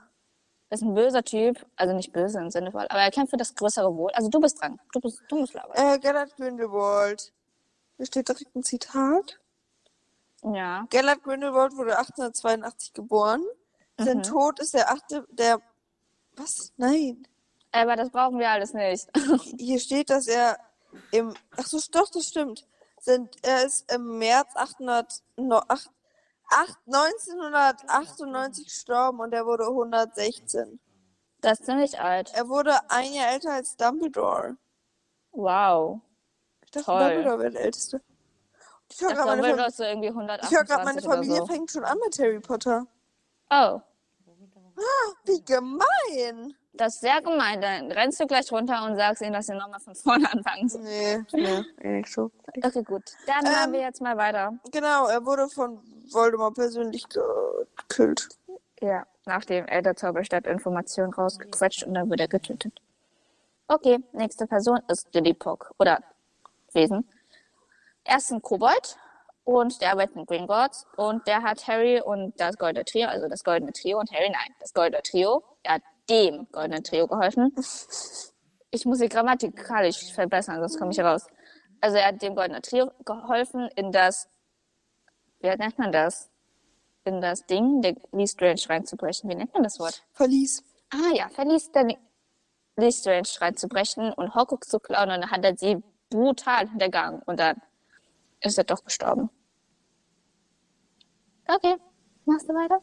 Speaker 2: Das ist ein böser Typ, also nicht böse im Sinne von, aber er kämpft für das größere Wohl. Also du bist dran. Du bist, du musst labern.
Speaker 1: Äh, Gellert Grindelwald. Hier steht direkt ein Zitat.
Speaker 2: Ja.
Speaker 1: Gellert Grindelwald wurde 1882 geboren. Sein
Speaker 2: Mhm.
Speaker 1: Tod ist der achte, der. Was? Nein.
Speaker 2: Aber das brauchen wir alles nicht.
Speaker 1: Hier steht, dass er im. Ach so, doch, das stimmt. Sein, er ist im März 800, no, acht- acht- 1998 gestorben und er wurde 116.
Speaker 2: Das ist ziemlich alt.
Speaker 1: Er wurde ein Jahr älter als Dumbledore.
Speaker 2: Wow.
Speaker 1: Ich dachte,
Speaker 2: Toll.
Speaker 1: Dumbledore wäre der Älteste. Ich höre
Speaker 2: Das
Speaker 1: gerade, meine, Fam
Speaker 2: Dumbledore ist so irgendwie
Speaker 1: ich hör grad, meine
Speaker 2: 128 oder
Speaker 1: Familie
Speaker 2: so.
Speaker 1: fängt schon an mit Harry Potter.
Speaker 2: Oh,
Speaker 1: Wie gemein!
Speaker 2: das ist sehr gemein. Dann rennst du gleich runter und sagst ihnen, dass sie nochmal von vorne anfangen sollen.
Speaker 1: Nee, nee,
Speaker 2: eh
Speaker 1: eigentlich schon.
Speaker 2: Okay, gut. Dann
Speaker 1: Ähm,
Speaker 2: machen wir jetzt mal weiter.
Speaker 1: Genau, er wurde von Voldemort persönlich ge- gekillt.
Speaker 2: Ja, nachdem er der Zauberstadt Informationen rausgequetscht und dann wurde er getötet. Okay, nächste Person ist Lillipok oder Wesen. Er ist ein Kobold und der arbeitet mit Gringotts und der hat Harry und das goldene Trio, also das goldene Trio und Harry, nein, das goldene Trio, er hat dem goldenen Trio geholfen. Ich muss die grammatikalisch verbessern, sonst komme ich raus. Also er hat dem goldenen Trio geholfen in das, wie nennt man das? in das Ding, der Lee Strange reinzubrechen. Wie nennt man das Wort?
Speaker 1: Verlies.
Speaker 2: Ah ja, verließ der Lee Strange reinzubrechen und Horcrux zu klauen und dann hat er sie brutal hintergangen und dann ist er doch gestorben. Okay, machst du weiter?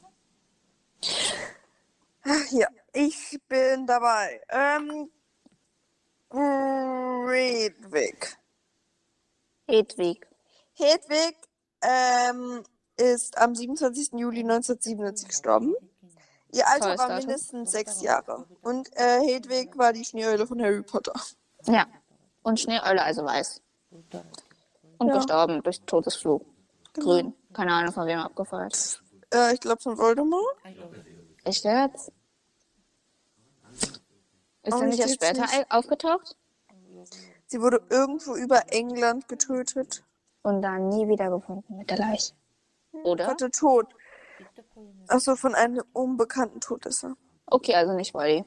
Speaker 1: Ach ja, ich bin dabei. Ähm, Redwig.
Speaker 2: Hedwig.
Speaker 1: Hedwig ähm, ist am 27. Juli 1977 gestorben. Ihr Alter
Speaker 2: Tolles
Speaker 1: war
Speaker 2: Datum.
Speaker 1: mindestens sechs Jahre. Und äh, Hedwig war die Schneeeule von Harry Potter.
Speaker 2: Ja. Und Schneeeule, also weiß. Und
Speaker 1: Ja.
Speaker 2: gestorben durch Todesflug. Grün. Keine Ahnung, von wem abgefeuert.
Speaker 1: Äh, ich glaube von Voldemort.
Speaker 2: Echt jetzt? Ist
Speaker 1: Oh,
Speaker 2: er
Speaker 1: ich
Speaker 2: nicht erst
Speaker 1: seh's
Speaker 2: später
Speaker 1: nicht.
Speaker 2: aufgetaucht?
Speaker 1: Sie wurde irgendwo über England getötet.
Speaker 2: und dann nie wiedergefunden mit der Leiche. Oder?
Speaker 1: Hatte tot. Achso, von einem unbekannten Todesser.
Speaker 2: Okay, also nicht Wally.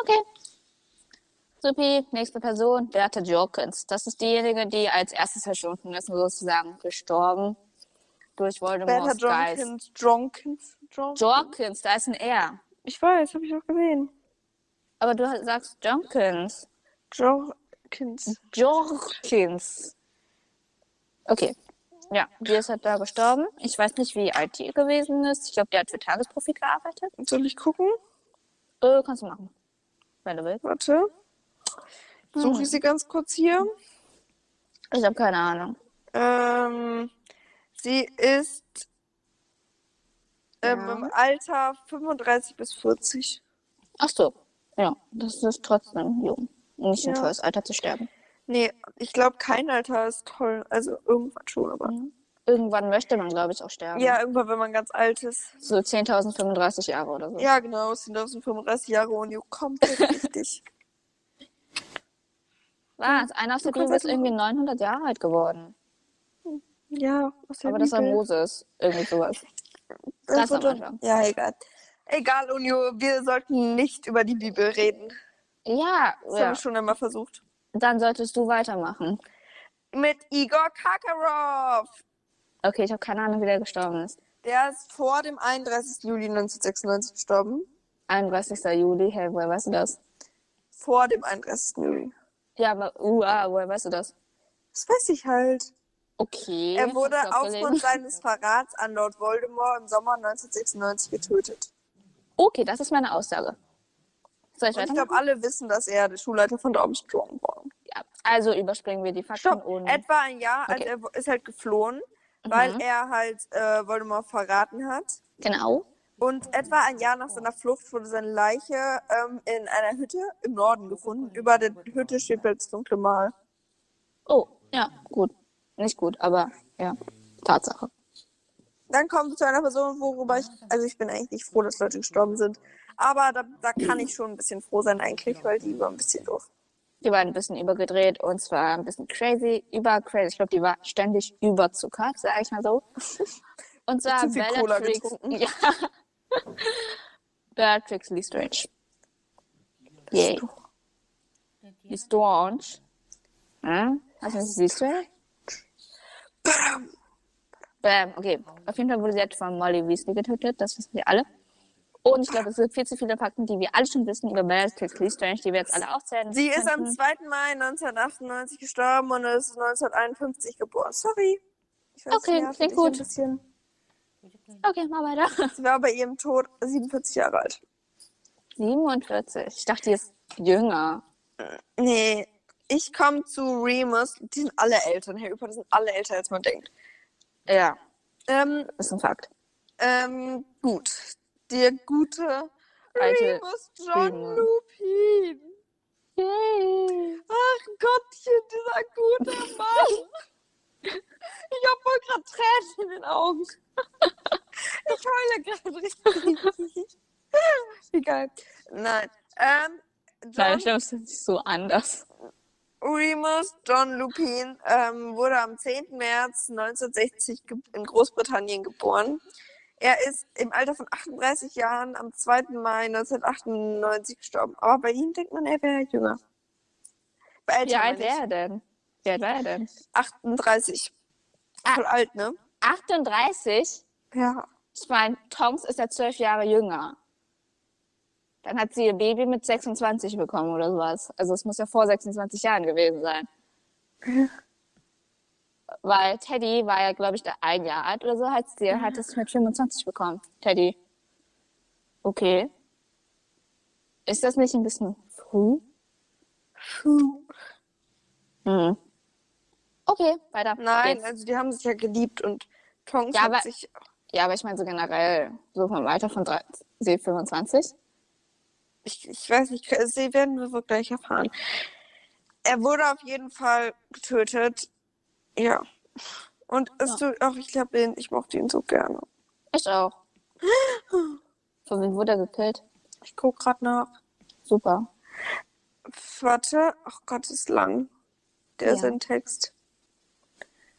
Speaker 2: Okay. Supi, nächste Person, Bertha Jorkins. Das ist diejenige, die als erstes verschwunden ist, und sozusagen gestorben durch
Speaker 1: Bertha
Speaker 2: Voldemorts Geist.
Speaker 1: Jenkins. Jenkins. Jenkins.
Speaker 2: Jorkins, da ist ein R.
Speaker 1: Ich weiß, habe ich auch gesehen.
Speaker 2: Aber du sagst Jorkins.
Speaker 1: Jenkins.
Speaker 2: Jorkins. Okay. Ja, die ist halt da gestorben. Ich weiß nicht, wie alt die gewesen ist. Ich glaube, die hat für Tagesprofit gearbeitet.
Speaker 1: Soll ich gucken?
Speaker 2: Äh, kannst du machen. Wenn du willst.
Speaker 1: Warte.
Speaker 2: Hm.
Speaker 1: Suche ich sie ganz kurz hier.
Speaker 2: Ich habe keine Ahnung.
Speaker 1: Ähm, sie ist ähm,
Speaker 2: Ja.
Speaker 1: im Alter 35 bis 40.
Speaker 2: Ach so. Ja, das ist trotzdem jung. Nicht ein
Speaker 1: Ja.
Speaker 2: tolles Alter zu sterben.
Speaker 1: Nee, ich glaube, kein Alter ist toll. Also irgendwann schon, aber.
Speaker 2: Irgendwann möchte man, glaube ich, auch sterben.
Speaker 1: Ja, irgendwann, wenn man ganz alt ist.
Speaker 2: So 10.035 Jahre oder so.
Speaker 1: Ja, genau, es sind 35 Jahre und you komplett richtig.
Speaker 2: Was? Einer aus der
Speaker 1: kannst
Speaker 2: Bibel ist
Speaker 1: einfach-
Speaker 2: irgendwie 900 Jahre alt geworden.
Speaker 1: Ja, aus der
Speaker 2: Aber das war
Speaker 1: Bibel.
Speaker 2: Moses. Irgendwie sowas.
Speaker 1: Das
Speaker 2: Das am
Speaker 1: wird-
Speaker 2: Anfang.
Speaker 1: Ja, egal. Egal, Unio, wir sollten nicht über die Bibel reden.
Speaker 2: Ja,
Speaker 1: Das haben
Speaker 2: ja.
Speaker 1: wir schon einmal versucht.
Speaker 2: dann solltest du weitermachen.
Speaker 1: Mit Igor Kakarov.
Speaker 2: Okay, ich habe keine Ahnung, wie der gestorben ist.
Speaker 1: Der ist vor dem 31. Juli 1996 gestorben.
Speaker 2: 31. Juli, hey, woher weißt du das?
Speaker 1: Vor dem 31. Juli.
Speaker 2: Ja, aber, uh, ah, woher weißt du das?
Speaker 1: Das weiß ich halt.
Speaker 2: Okay.
Speaker 1: Er wurde
Speaker 2: hab's abgelesen.
Speaker 1: aufgrund seines Verrats an Lord Voldemort im Sommer 1996 getötet.
Speaker 2: Okay, das ist meine Aussage. Soll ich
Speaker 1: Und ich
Speaker 2: weitermachen?
Speaker 1: glaube, alle wissen, dass er der Schulleiter von Dormstrong war.
Speaker 2: Ja, also überspringen wir die Fakten
Speaker 1: Stopp.
Speaker 2: und
Speaker 1: Etwa ein Jahr, als
Speaker 2: Mhm. Okay.
Speaker 1: er wo- ist halt geflohen, weil er halt äh, Voldemort verraten hat.
Speaker 2: genau.
Speaker 1: Und etwa ein Jahr nach seiner Flucht wurde seine Leiche ähm, in einer Hütte im Norden gefunden. Über der Hütte steht das dunkle Mal.
Speaker 2: Oh, ja, gut. Nicht gut, aber ja, Tatsache.
Speaker 1: Dann kommen wir zu einer Person, worüber ich.
Speaker 2: Ah.
Speaker 1: Also, ich bin eigentlich nicht froh, dass Leute gestorben sind. Aber da, da kann ich schon ein bisschen froh sein, eigentlich, weil die war ein bisschen doof.
Speaker 2: Die waren ein bisschen übergedreht und zwar ein bisschen crazy, über crazy. Ich glaube, die war ständig überzuckert, sage ich mal so. Und zwar
Speaker 1: Zu viel Cola
Speaker 2: Bellatrix.
Speaker 1: getrunken.
Speaker 2: Ja. Bellatrix Lestrange. Yay. Lestrange. Hm? Hast du das siehst du? Bam, okay. Auf jeden Fall wurde sie halt von Molly Weasley getötet, das wissen wir alle. Und ich glaube, es gibt viel zu viele Fakten, die wir alle schon wissen über Bellatrix Lestrange, die wir jetzt alle aufzählen.
Speaker 1: Sie ist am
Speaker 2: könnten.
Speaker 1: 2. Mai 1998 gestorben und ist 1951 geboren. Sorry. Ich weiß,
Speaker 2: Okay,
Speaker 1: nervt
Speaker 2: klingt
Speaker 1: dich ein
Speaker 2: gut.
Speaker 1: bisschen.
Speaker 2: Okay, mal weiter.
Speaker 1: Sie war bei ihrem Tod 47 Jahre alt.
Speaker 2: 47. Ich dachte, die ist jünger.
Speaker 1: Nee, ich komme zu Remus. Die sind alle älter. und Harry Potter sind alle älter, als man denkt.
Speaker 2: Ja,
Speaker 1: Ähm,
Speaker 2: ist ein Fakt.
Speaker 1: ähm, gut. Der gute
Speaker 2: Alte
Speaker 1: Remus John
Speaker 2: Remus.
Speaker 1: Lupin.
Speaker 2: Yay.
Speaker 1: Ach Gottchen, dieser gute Mann. Ich hab wohl gerade Tränen in den Augen. Ich heule gerade richtig. Wie geil. Nein. Ähm,
Speaker 2: Nein,
Speaker 1: John
Speaker 2: ich glaube, es ist so anders.
Speaker 1: Remus John Lupin ähm, wurde am 10. März 1960 ge- in Großbritannien geboren. Er ist im Alter von 38 Jahren am 2. Mai 1998 gestorben. Aber bei ihm denkt man, er wäre jünger. Bei
Speaker 2: Wie
Speaker 1: älter
Speaker 2: alt
Speaker 1: meine ich.
Speaker 2: wäre er denn? Wie alt war er denn?
Speaker 1: 38. Voll alt, ne?
Speaker 2: 38?
Speaker 1: Ja.
Speaker 2: Ich meine, Tonks ist ja zwölf Jahre jünger. Dann hat sie ihr Baby mit 26 bekommen oder sowas. Also es muss ja vor 26 Jahren gewesen sein. Weil Teddy war ja, glaube ich, da ein Jahr alt oder so, hat sie hat es mit 25 bekommen. Teddy. Okay. Ist das nicht ein bisschen früh? Hm. Okay, weiter.
Speaker 1: Nein,
Speaker 2: geht's.
Speaker 1: also die haben sich ja geliebt und Tonks
Speaker 2: Ja,
Speaker 1: hat
Speaker 2: aber-
Speaker 1: sich.
Speaker 2: Ja, aber ich meine so generell, so vom Alter von 3, 25.
Speaker 1: Ich, ich weiß nicht, sie werden wir wohl gleich erfahren. Er wurde auf jeden Fall getötet. Ja. Und es tut auch, ich glaube, ihn- ich mochte ihn so gerne.
Speaker 2: Ich auch. Von wem wurde er gekillt?
Speaker 1: Ich guck gerade nach.
Speaker 2: Super.
Speaker 1: Pff, Warte. Oh Gott, ist lang. Der
Speaker 2: Ja.
Speaker 1: Sendtext.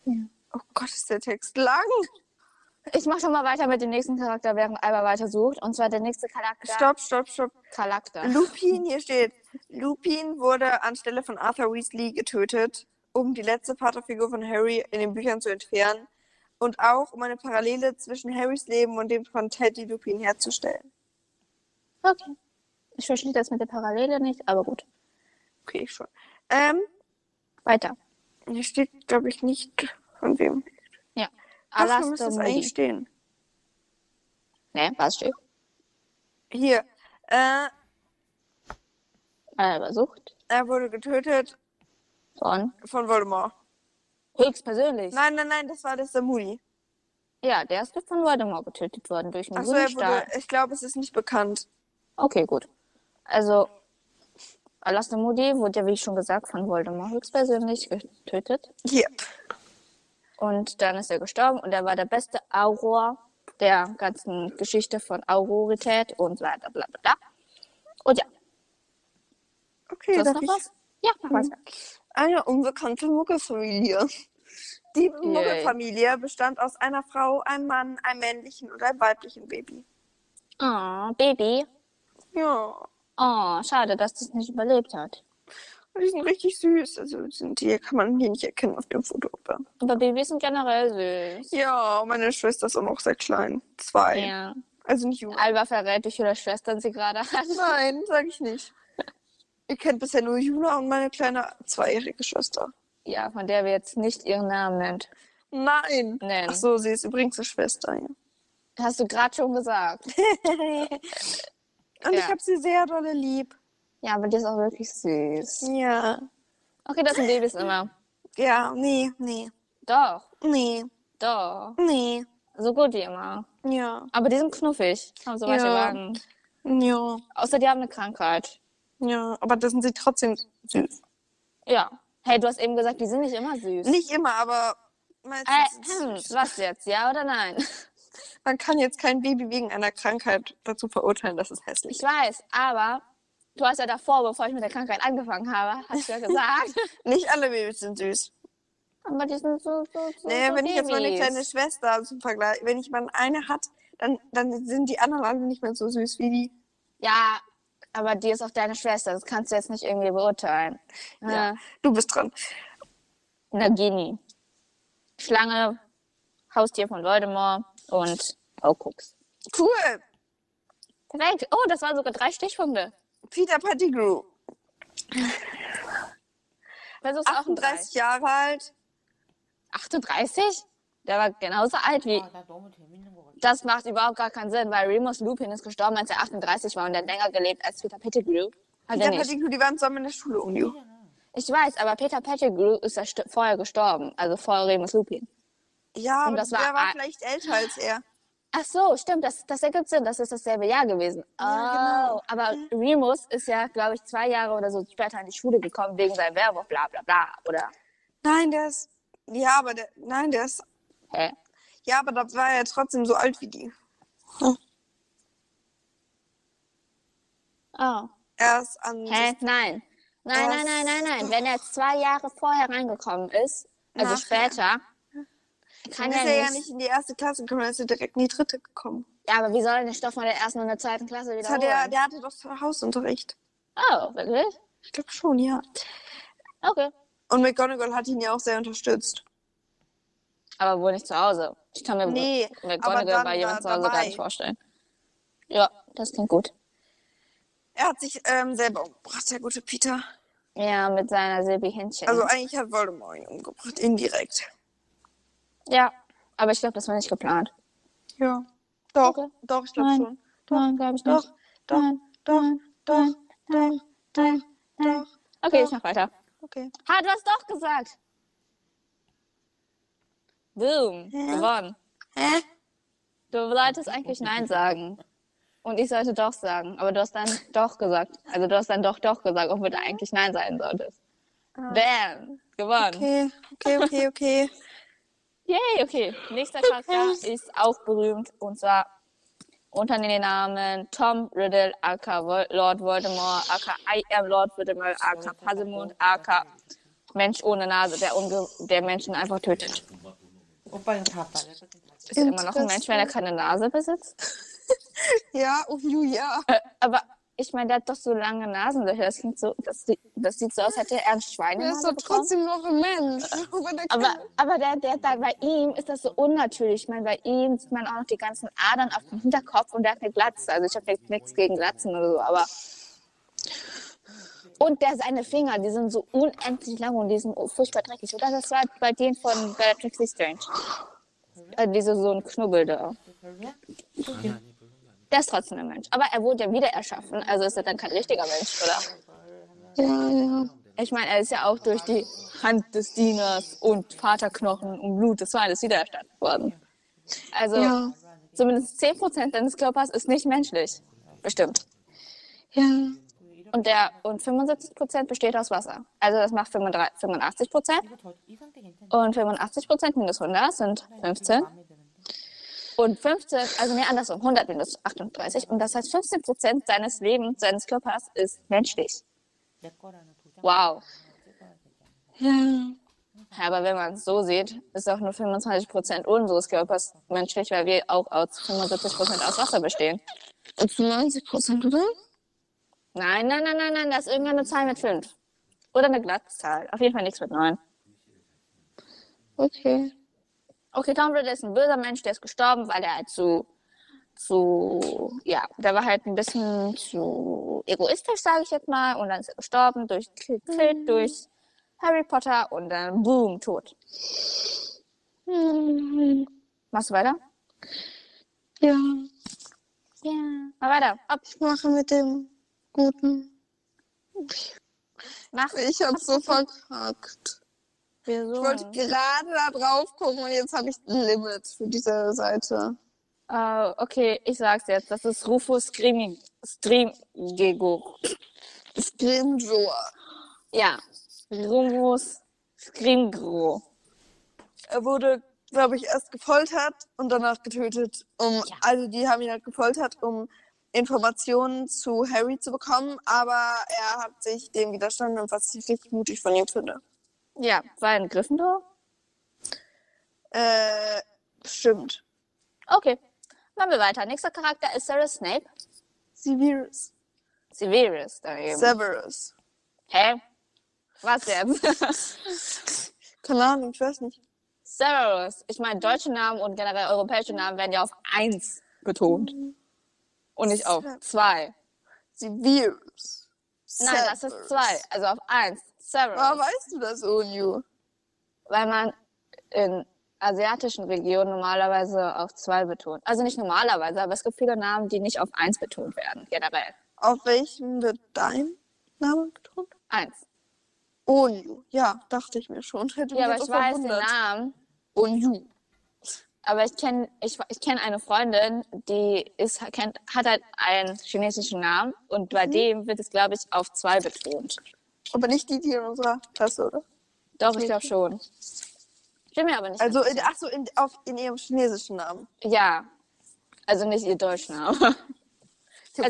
Speaker 2: Ja.
Speaker 1: Oh Gott, ist der Text lang.
Speaker 2: Ich mache schon mal weiter mit dem nächsten Charakter, während Alba weitersucht. Und zwar der nächste Charakter.
Speaker 1: Stopp, Mhm. stopp, stopp.
Speaker 2: Charakter.
Speaker 1: Lupin, hier steht. Lupin wurde anstelle von Arthur Weasley getötet, um die letzte Vaterfigur von Harry in den Büchern zu entfernen und auch um eine Parallele zwischen Harrys Leben und dem von Teddy Lupin herzustellen.
Speaker 2: Okay. Ich verstehe das mit der Parallele nicht, aber gut.
Speaker 1: Okay, schon. Ähm,
Speaker 2: Weiter.
Speaker 1: hier steht, glaube ich, nicht von wem.
Speaker 2: Ja.
Speaker 1: Dafür müsste
Speaker 2: Alastor
Speaker 1: es eigentlich
Speaker 2: Moody.
Speaker 1: stehen.
Speaker 2: Nee, was steht?
Speaker 1: Hier. Äh,
Speaker 2: Alba sucht.
Speaker 1: er wurde getötet
Speaker 2: Von
Speaker 1: von Voldemort.
Speaker 2: höchstpersönlich.
Speaker 1: Nein, nein, nein, das war das der Moody.
Speaker 2: Ja, der ist von Voldemort getötet worden durch einen
Speaker 1: Achso, er
Speaker 2: Wunderstahl.
Speaker 1: wurde, ich glaube, es ist nicht bekannt.
Speaker 2: Okay, gut. Also, Alastor Moody wurde ja, wie ich schon gesagt, von Voldemort höchstpersönlich getötet.
Speaker 1: Hier.
Speaker 2: Und dann ist er gestorben und er war der beste Auror der ganzen Geschichte von Aurorität und bla bla bla bla, bla. Und ja,
Speaker 1: Okay,
Speaker 2: sonst
Speaker 1: darf
Speaker 2: noch
Speaker 1: ich?
Speaker 2: was? Ja, noch was.
Speaker 1: eine unbekannte Muggelfamilie. Die Muggelfamilie bestand aus einer Frau, einem Mann, einem männlichen und einem weiblichen Baby.
Speaker 2: Oh, Baby.
Speaker 1: Ja,
Speaker 2: Oh, schade, dass das nicht überlebt hat.
Speaker 1: die sind richtig süß. Also sind die kann man hier nicht erkennen auf dem Foto. Aber.
Speaker 2: Aber Babys sind generell süß.
Speaker 1: Ja, meine Schwester ist auch noch sehr klein. Zwei.
Speaker 2: Ja.
Speaker 1: Also nicht jung.
Speaker 2: Alba verrät, wie viele Schwestern sie gerade hat.
Speaker 1: Nein, sage ich nicht. Ihr kennt bisher nur Juna und meine kleine zweijährige Schwester.
Speaker 2: Ja, von der wir jetzt nicht ihren Namen nennt,
Speaker 1: Nein.
Speaker 2: nennen.
Speaker 1: Ach so, sie ist übrigens eine Schwester. Ja.
Speaker 2: Hast du gerade schon gesagt.
Speaker 1: Und
Speaker 2: Ja.
Speaker 1: ich habe sie sehr dolle lieb.
Speaker 2: Ja, aber die ist auch wirklich süß.
Speaker 1: Ja.
Speaker 2: Okay, das sind Babys immer.
Speaker 1: Ja, nee, nee,
Speaker 2: Doch,
Speaker 1: nee,
Speaker 2: doch.
Speaker 1: nee.
Speaker 2: So gut wie immer.
Speaker 1: Ja,
Speaker 2: Aber die sind knuffig, haben so manche
Speaker 1: Ja.
Speaker 2: Wagen.
Speaker 1: ja,
Speaker 2: Außer die haben eine Krankheit.
Speaker 1: ja. Aber das sind sie trotzdem süß.
Speaker 2: Ja. Hey, du hast eben gesagt, die sind nicht immer süß.
Speaker 1: Nicht immer, aber meistens.
Speaker 2: äh,
Speaker 1: sind sie
Speaker 2: hm,
Speaker 1: süß.
Speaker 2: was jetzt? Ja oder nein?
Speaker 1: Man kann jetzt kein Baby wegen einer Krankheit dazu verurteilen, dass es hässlich
Speaker 2: Ich weiß, aber Du hast ja davor, bevor ich mit der Krankheit angefangen habe, hast du ja gesagt.
Speaker 1: Nicht alle Babys sind süß.
Speaker 2: Aber die sind so, so, so.
Speaker 1: Nee,
Speaker 2: so
Speaker 1: wenn ich jetzt meine
Speaker 2: Babys.
Speaker 1: kleine Schwester zum Vergleich, wenn ich mal eine hat, dann, dann sind die anderen alle nicht mehr so süß wie die.
Speaker 2: Ja, aber die ist auch deine Schwester. Das kannst du jetzt nicht irgendwie beurteilen.
Speaker 1: Ja.
Speaker 2: Äh,
Speaker 1: Du bist dran.
Speaker 2: Eine Genie. Schlange, Haustier von Voldemort und Horcrux.
Speaker 1: Cool.
Speaker 2: Perfekt. Oh, das waren sogar drei Stichpunkte.
Speaker 1: Peter Pettigrew.
Speaker 2: Versuch's auch ein drei.
Speaker 1: 38 Jahre alt.
Speaker 2: 38? Der war genauso alt
Speaker 1: Ah,
Speaker 2: wie. Das macht überhaupt gar keinen Sinn, weil Remus Lupin ist gestorben, als er 38 war und er hat länger gelebt als Peter Pettigrew. Hat er
Speaker 1: Peter
Speaker 2: nicht.
Speaker 1: Pettigrew, die waren zusammen in der Schule, Unio.
Speaker 2: Ich weiß, aber Peter Pettigrew ist ja st- vorher gestorben, also vor Remus Lupin.
Speaker 1: Ja,
Speaker 2: Und
Speaker 1: aber
Speaker 2: das
Speaker 1: der
Speaker 2: war
Speaker 1: war,
Speaker 2: ein-
Speaker 1: vielleicht älter als er.
Speaker 2: Ach so, stimmt, das, das ergibt Sinn, das ist dasselbe Jahr gewesen.
Speaker 1: Ja, genau.
Speaker 2: oh, aber Remus ist ja, glaube ich, zwei Jahre oder so später in die Schule gekommen wegen seinem Werwolf, bla bla bla, oder?
Speaker 1: Nein, der ist. Ja, aber der. Nein, der ist.
Speaker 2: Hä?
Speaker 1: Ja, aber da war er trotzdem so alt wie die.
Speaker 2: Oh.
Speaker 1: Er ist an.
Speaker 2: Hä? Nein. Nein, nein, nein, nein, nein. Wenn er zwei Jahre vorher reingekommen ist, also
Speaker 1: Nachher.
Speaker 2: später,
Speaker 1: Dann
Speaker 2: kann
Speaker 1: ist er
Speaker 2: er
Speaker 1: ja
Speaker 2: nicht.
Speaker 1: nicht in die erste Klasse gekommen, dann ist er direkt in die dritte gekommen.
Speaker 2: Ja, aber wie soll er den Stoff von der ersten und der zweiten Klasse
Speaker 1: Das hat er,
Speaker 2: wiederholen?
Speaker 1: der hatte doch Hausunterricht.
Speaker 2: Oh, wirklich?
Speaker 1: Ich glaube schon, ja.
Speaker 2: Okay.
Speaker 1: Und McGonagall hat ihn ja auch sehr unterstützt.
Speaker 2: Aber wohl nicht zu Hause. Ich kann mir
Speaker 1: Nee, aber
Speaker 2: McGonagall
Speaker 1: dann
Speaker 2: bei jemandem zu
Speaker 1: da-
Speaker 2: Hause gar
Speaker 1: dabei.
Speaker 2: nicht vorstellen. Ja, das klingt gut.
Speaker 1: Er hat sich ähm, selber umgebracht, der gute Peter.
Speaker 2: Ja, mit seiner Silbi-Händchen.
Speaker 1: Also eigentlich hat Voldemort ihn umgebracht, indirekt.
Speaker 2: ja, aber ich glaube, das war nicht geplant.
Speaker 1: Ja. Doch,
Speaker 2: Okay.
Speaker 1: doch, ich
Speaker 2: Nein.
Speaker 1: glaube schon. Doch,
Speaker 2: Nein, glaube ich
Speaker 1: Doch,
Speaker 2: nicht.
Speaker 1: doch,
Speaker 2: Nein,
Speaker 1: doch, doch, doch, doch, doch.
Speaker 2: Okay,
Speaker 1: doch.
Speaker 2: ich mach weiter.
Speaker 1: Okay.
Speaker 2: Ha, du hast doch gesagt. Boom,
Speaker 1: Ja.
Speaker 2: gewonnen.
Speaker 1: Hä?
Speaker 2: Du solltest eigentlich Nein sagen. Und ich sollte doch sagen. Aber du hast dann doch gesagt. Also du hast dann doch doch gesagt, obwohl du eigentlich Nein sein solltest. Bam, gewonnen.
Speaker 1: Okay, okay, okay, okay.
Speaker 2: Yay, okay. Nächster Charakter ist auch berühmt und zwar unter den Namen Tom Riddle, aka Vol Lord Voldemort, aka I am Lord Voldemort, aka Puzzlemund, aka Mensch ohne Nase, der, unge der Menschen einfach tötet. Ist er immer noch ein Mensch, wenn er keine Nase besitzt?
Speaker 1: Ja, oh, Ju, ja.
Speaker 2: Äh, aber ich meine, der hat doch so lange Nasenlöcher. Das, klingt so, das, sieht- das sieht so aus, als hätte er
Speaker 1: Er
Speaker 2: einen
Speaker 1: ist doch
Speaker 2: Schweinenase bekommen.
Speaker 1: trotzdem noch ein Mensch. auch wenn er
Speaker 2: Äh, Aber,
Speaker 1: keine-
Speaker 2: aber der, der, der, bei ihm ist das so unnatürlich. Ich meine, bei ihm sieht man auch noch die ganzen Adern auf dem Hinterkopf und der hat eine Glatze. Also ich habe jetzt nichts gegen Glatzen oder so, aber. Und der seine Finger, die sind so unendlich lang und die sind furchtbar dreckig. Oder das war bei denen von Bellatrix Strange. Äh, diese so ein Knubbel da. Der ist trotzdem ein Mensch. Aber er wurde ja wieder erschaffen, also ist er dann kein richtiger Mensch, oder? Ich meine, er ist ja auch durch die Hand des Dieners und Vaterknochen und Blut des Feindes wiedererstattet worden. Also
Speaker 1: Ja.
Speaker 2: zumindest 10% deines Körpers ist nicht menschlich. Bestimmt.
Speaker 1: Ja.
Speaker 2: Und, der, und 75% besteht aus Wasser. Also das macht 35, 85%. Und 85% minus 100 sind 15. Und 15, also nee, andersrum, 100 minus 38. Und das heißt, 15% seines Lebens, seines Körpers ist menschlich. Wow.
Speaker 1: Ja.
Speaker 2: Ja, aber wenn man es so sieht, ist auch nur 25% unseres Körpers menschlich, weil wir auch aus 75% aus Wasser bestehen.
Speaker 1: Und 90 Prozent, oder?
Speaker 2: Nein, nein, nein, nein, nein, das ist irgendeine Zahl mit 5. Oder eine Glattzahl. Auf jeden Fall nichts mit 9.
Speaker 1: Okay.
Speaker 2: Okay, Tom Riddle ist ein böser Mensch, der ist gestorben, weil er halt zu, zu, ja, der war halt ein bisschen zu egoistisch, sage ich jetzt mal. Und dann ist er gestorben durch Quill, durch Harry Potter und dann boom, tot.
Speaker 1: Hm,
Speaker 2: Machst du weiter?
Speaker 1: Ja,
Speaker 2: Ja. Mal weiter. Ab.
Speaker 1: ich mache mit dem Guten.
Speaker 2: Mach.
Speaker 1: Ich hab's so verkackt.
Speaker 2: Wieso?
Speaker 1: Ich wollte gerade da drauf gucken und jetzt habe ich ein Limit für diese Seite.
Speaker 2: Ah, okay, ich sag's jetzt. Das ist Rufus Grimmi- Scrimgegur.
Speaker 1: Scrimgeour.
Speaker 2: Ja, Rufus Scrimgro.
Speaker 1: Er wurde, glaube ich, erst gefoltert und danach getötet. Um, Also die haben ihn halt gefoltert, um Informationen zu Harry zu bekommen, aber er hat sich dem widerstanden, was ich richtig mutig von ihm finde.
Speaker 2: Ja, war in Gryffindor?
Speaker 1: Äh, stimmt.
Speaker 2: Okay, machen wir weiter. Nächster Charakter ist Sarah Snape.
Speaker 1: Severus.
Speaker 2: Severus dann eben.
Speaker 1: Severus.
Speaker 2: Hä? Was jetzt?
Speaker 1: Keine Ahnung, ich weiß nicht.
Speaker 2: Severus. Ich meine, deutsche Namen und generell europäische Namen werden ja auf eins betont. Und nicht auf zwei.
Speaker 1: Severus.
Speaker 2: Nein, das ist
Speaker 1: Severus.
Speaker 2: zwei. Also auf eins. Severus.
Speaker 1: Warum weißt du das, Onyu?
Speaker 2: Weil man in asiatischen Regionen normalerweise auf zwei betont. Also nicht normalerweise, aber es gibt viele Namen, die nicht auf eins betont werden, generell.
Speaker 1: Auf welchen wird dein Name betont?
Speaker 2: Eins.
Speaker 1: Onyu. Ja, dachte ich mir schon. Hätte mich
Speaker 2: Ja, aber
Speaker 1: jetzt
Speaker 2: ich
Speaker 1: auch
Speaker 2: weiß den
Speaker 1: verwundert.
Speaker 2: Namen.
Speaker 1: Onyu.
Speaker 2: Aber ich kenne ich, ich kenn eine Freundin, die ist, kennt, hat halt einen chinesischen Namen und bei
Speaker 1: Mhm.
Speaker 2: dem wird es, glaube ich, auf zwei betont.
Speaker 1: Aber nicht die, die in unserer Klasse, oder?
Speaker 2: Doch, ich glaube schon. Stimmt mir aber nicht.
Speaker 1: Also, in, ach so, in, auf, in ihrem chinesischen Namen.
Speaker 2: ja. Also nicht ihr Deutschname.
Speaker 1: hab
Speaker 2: also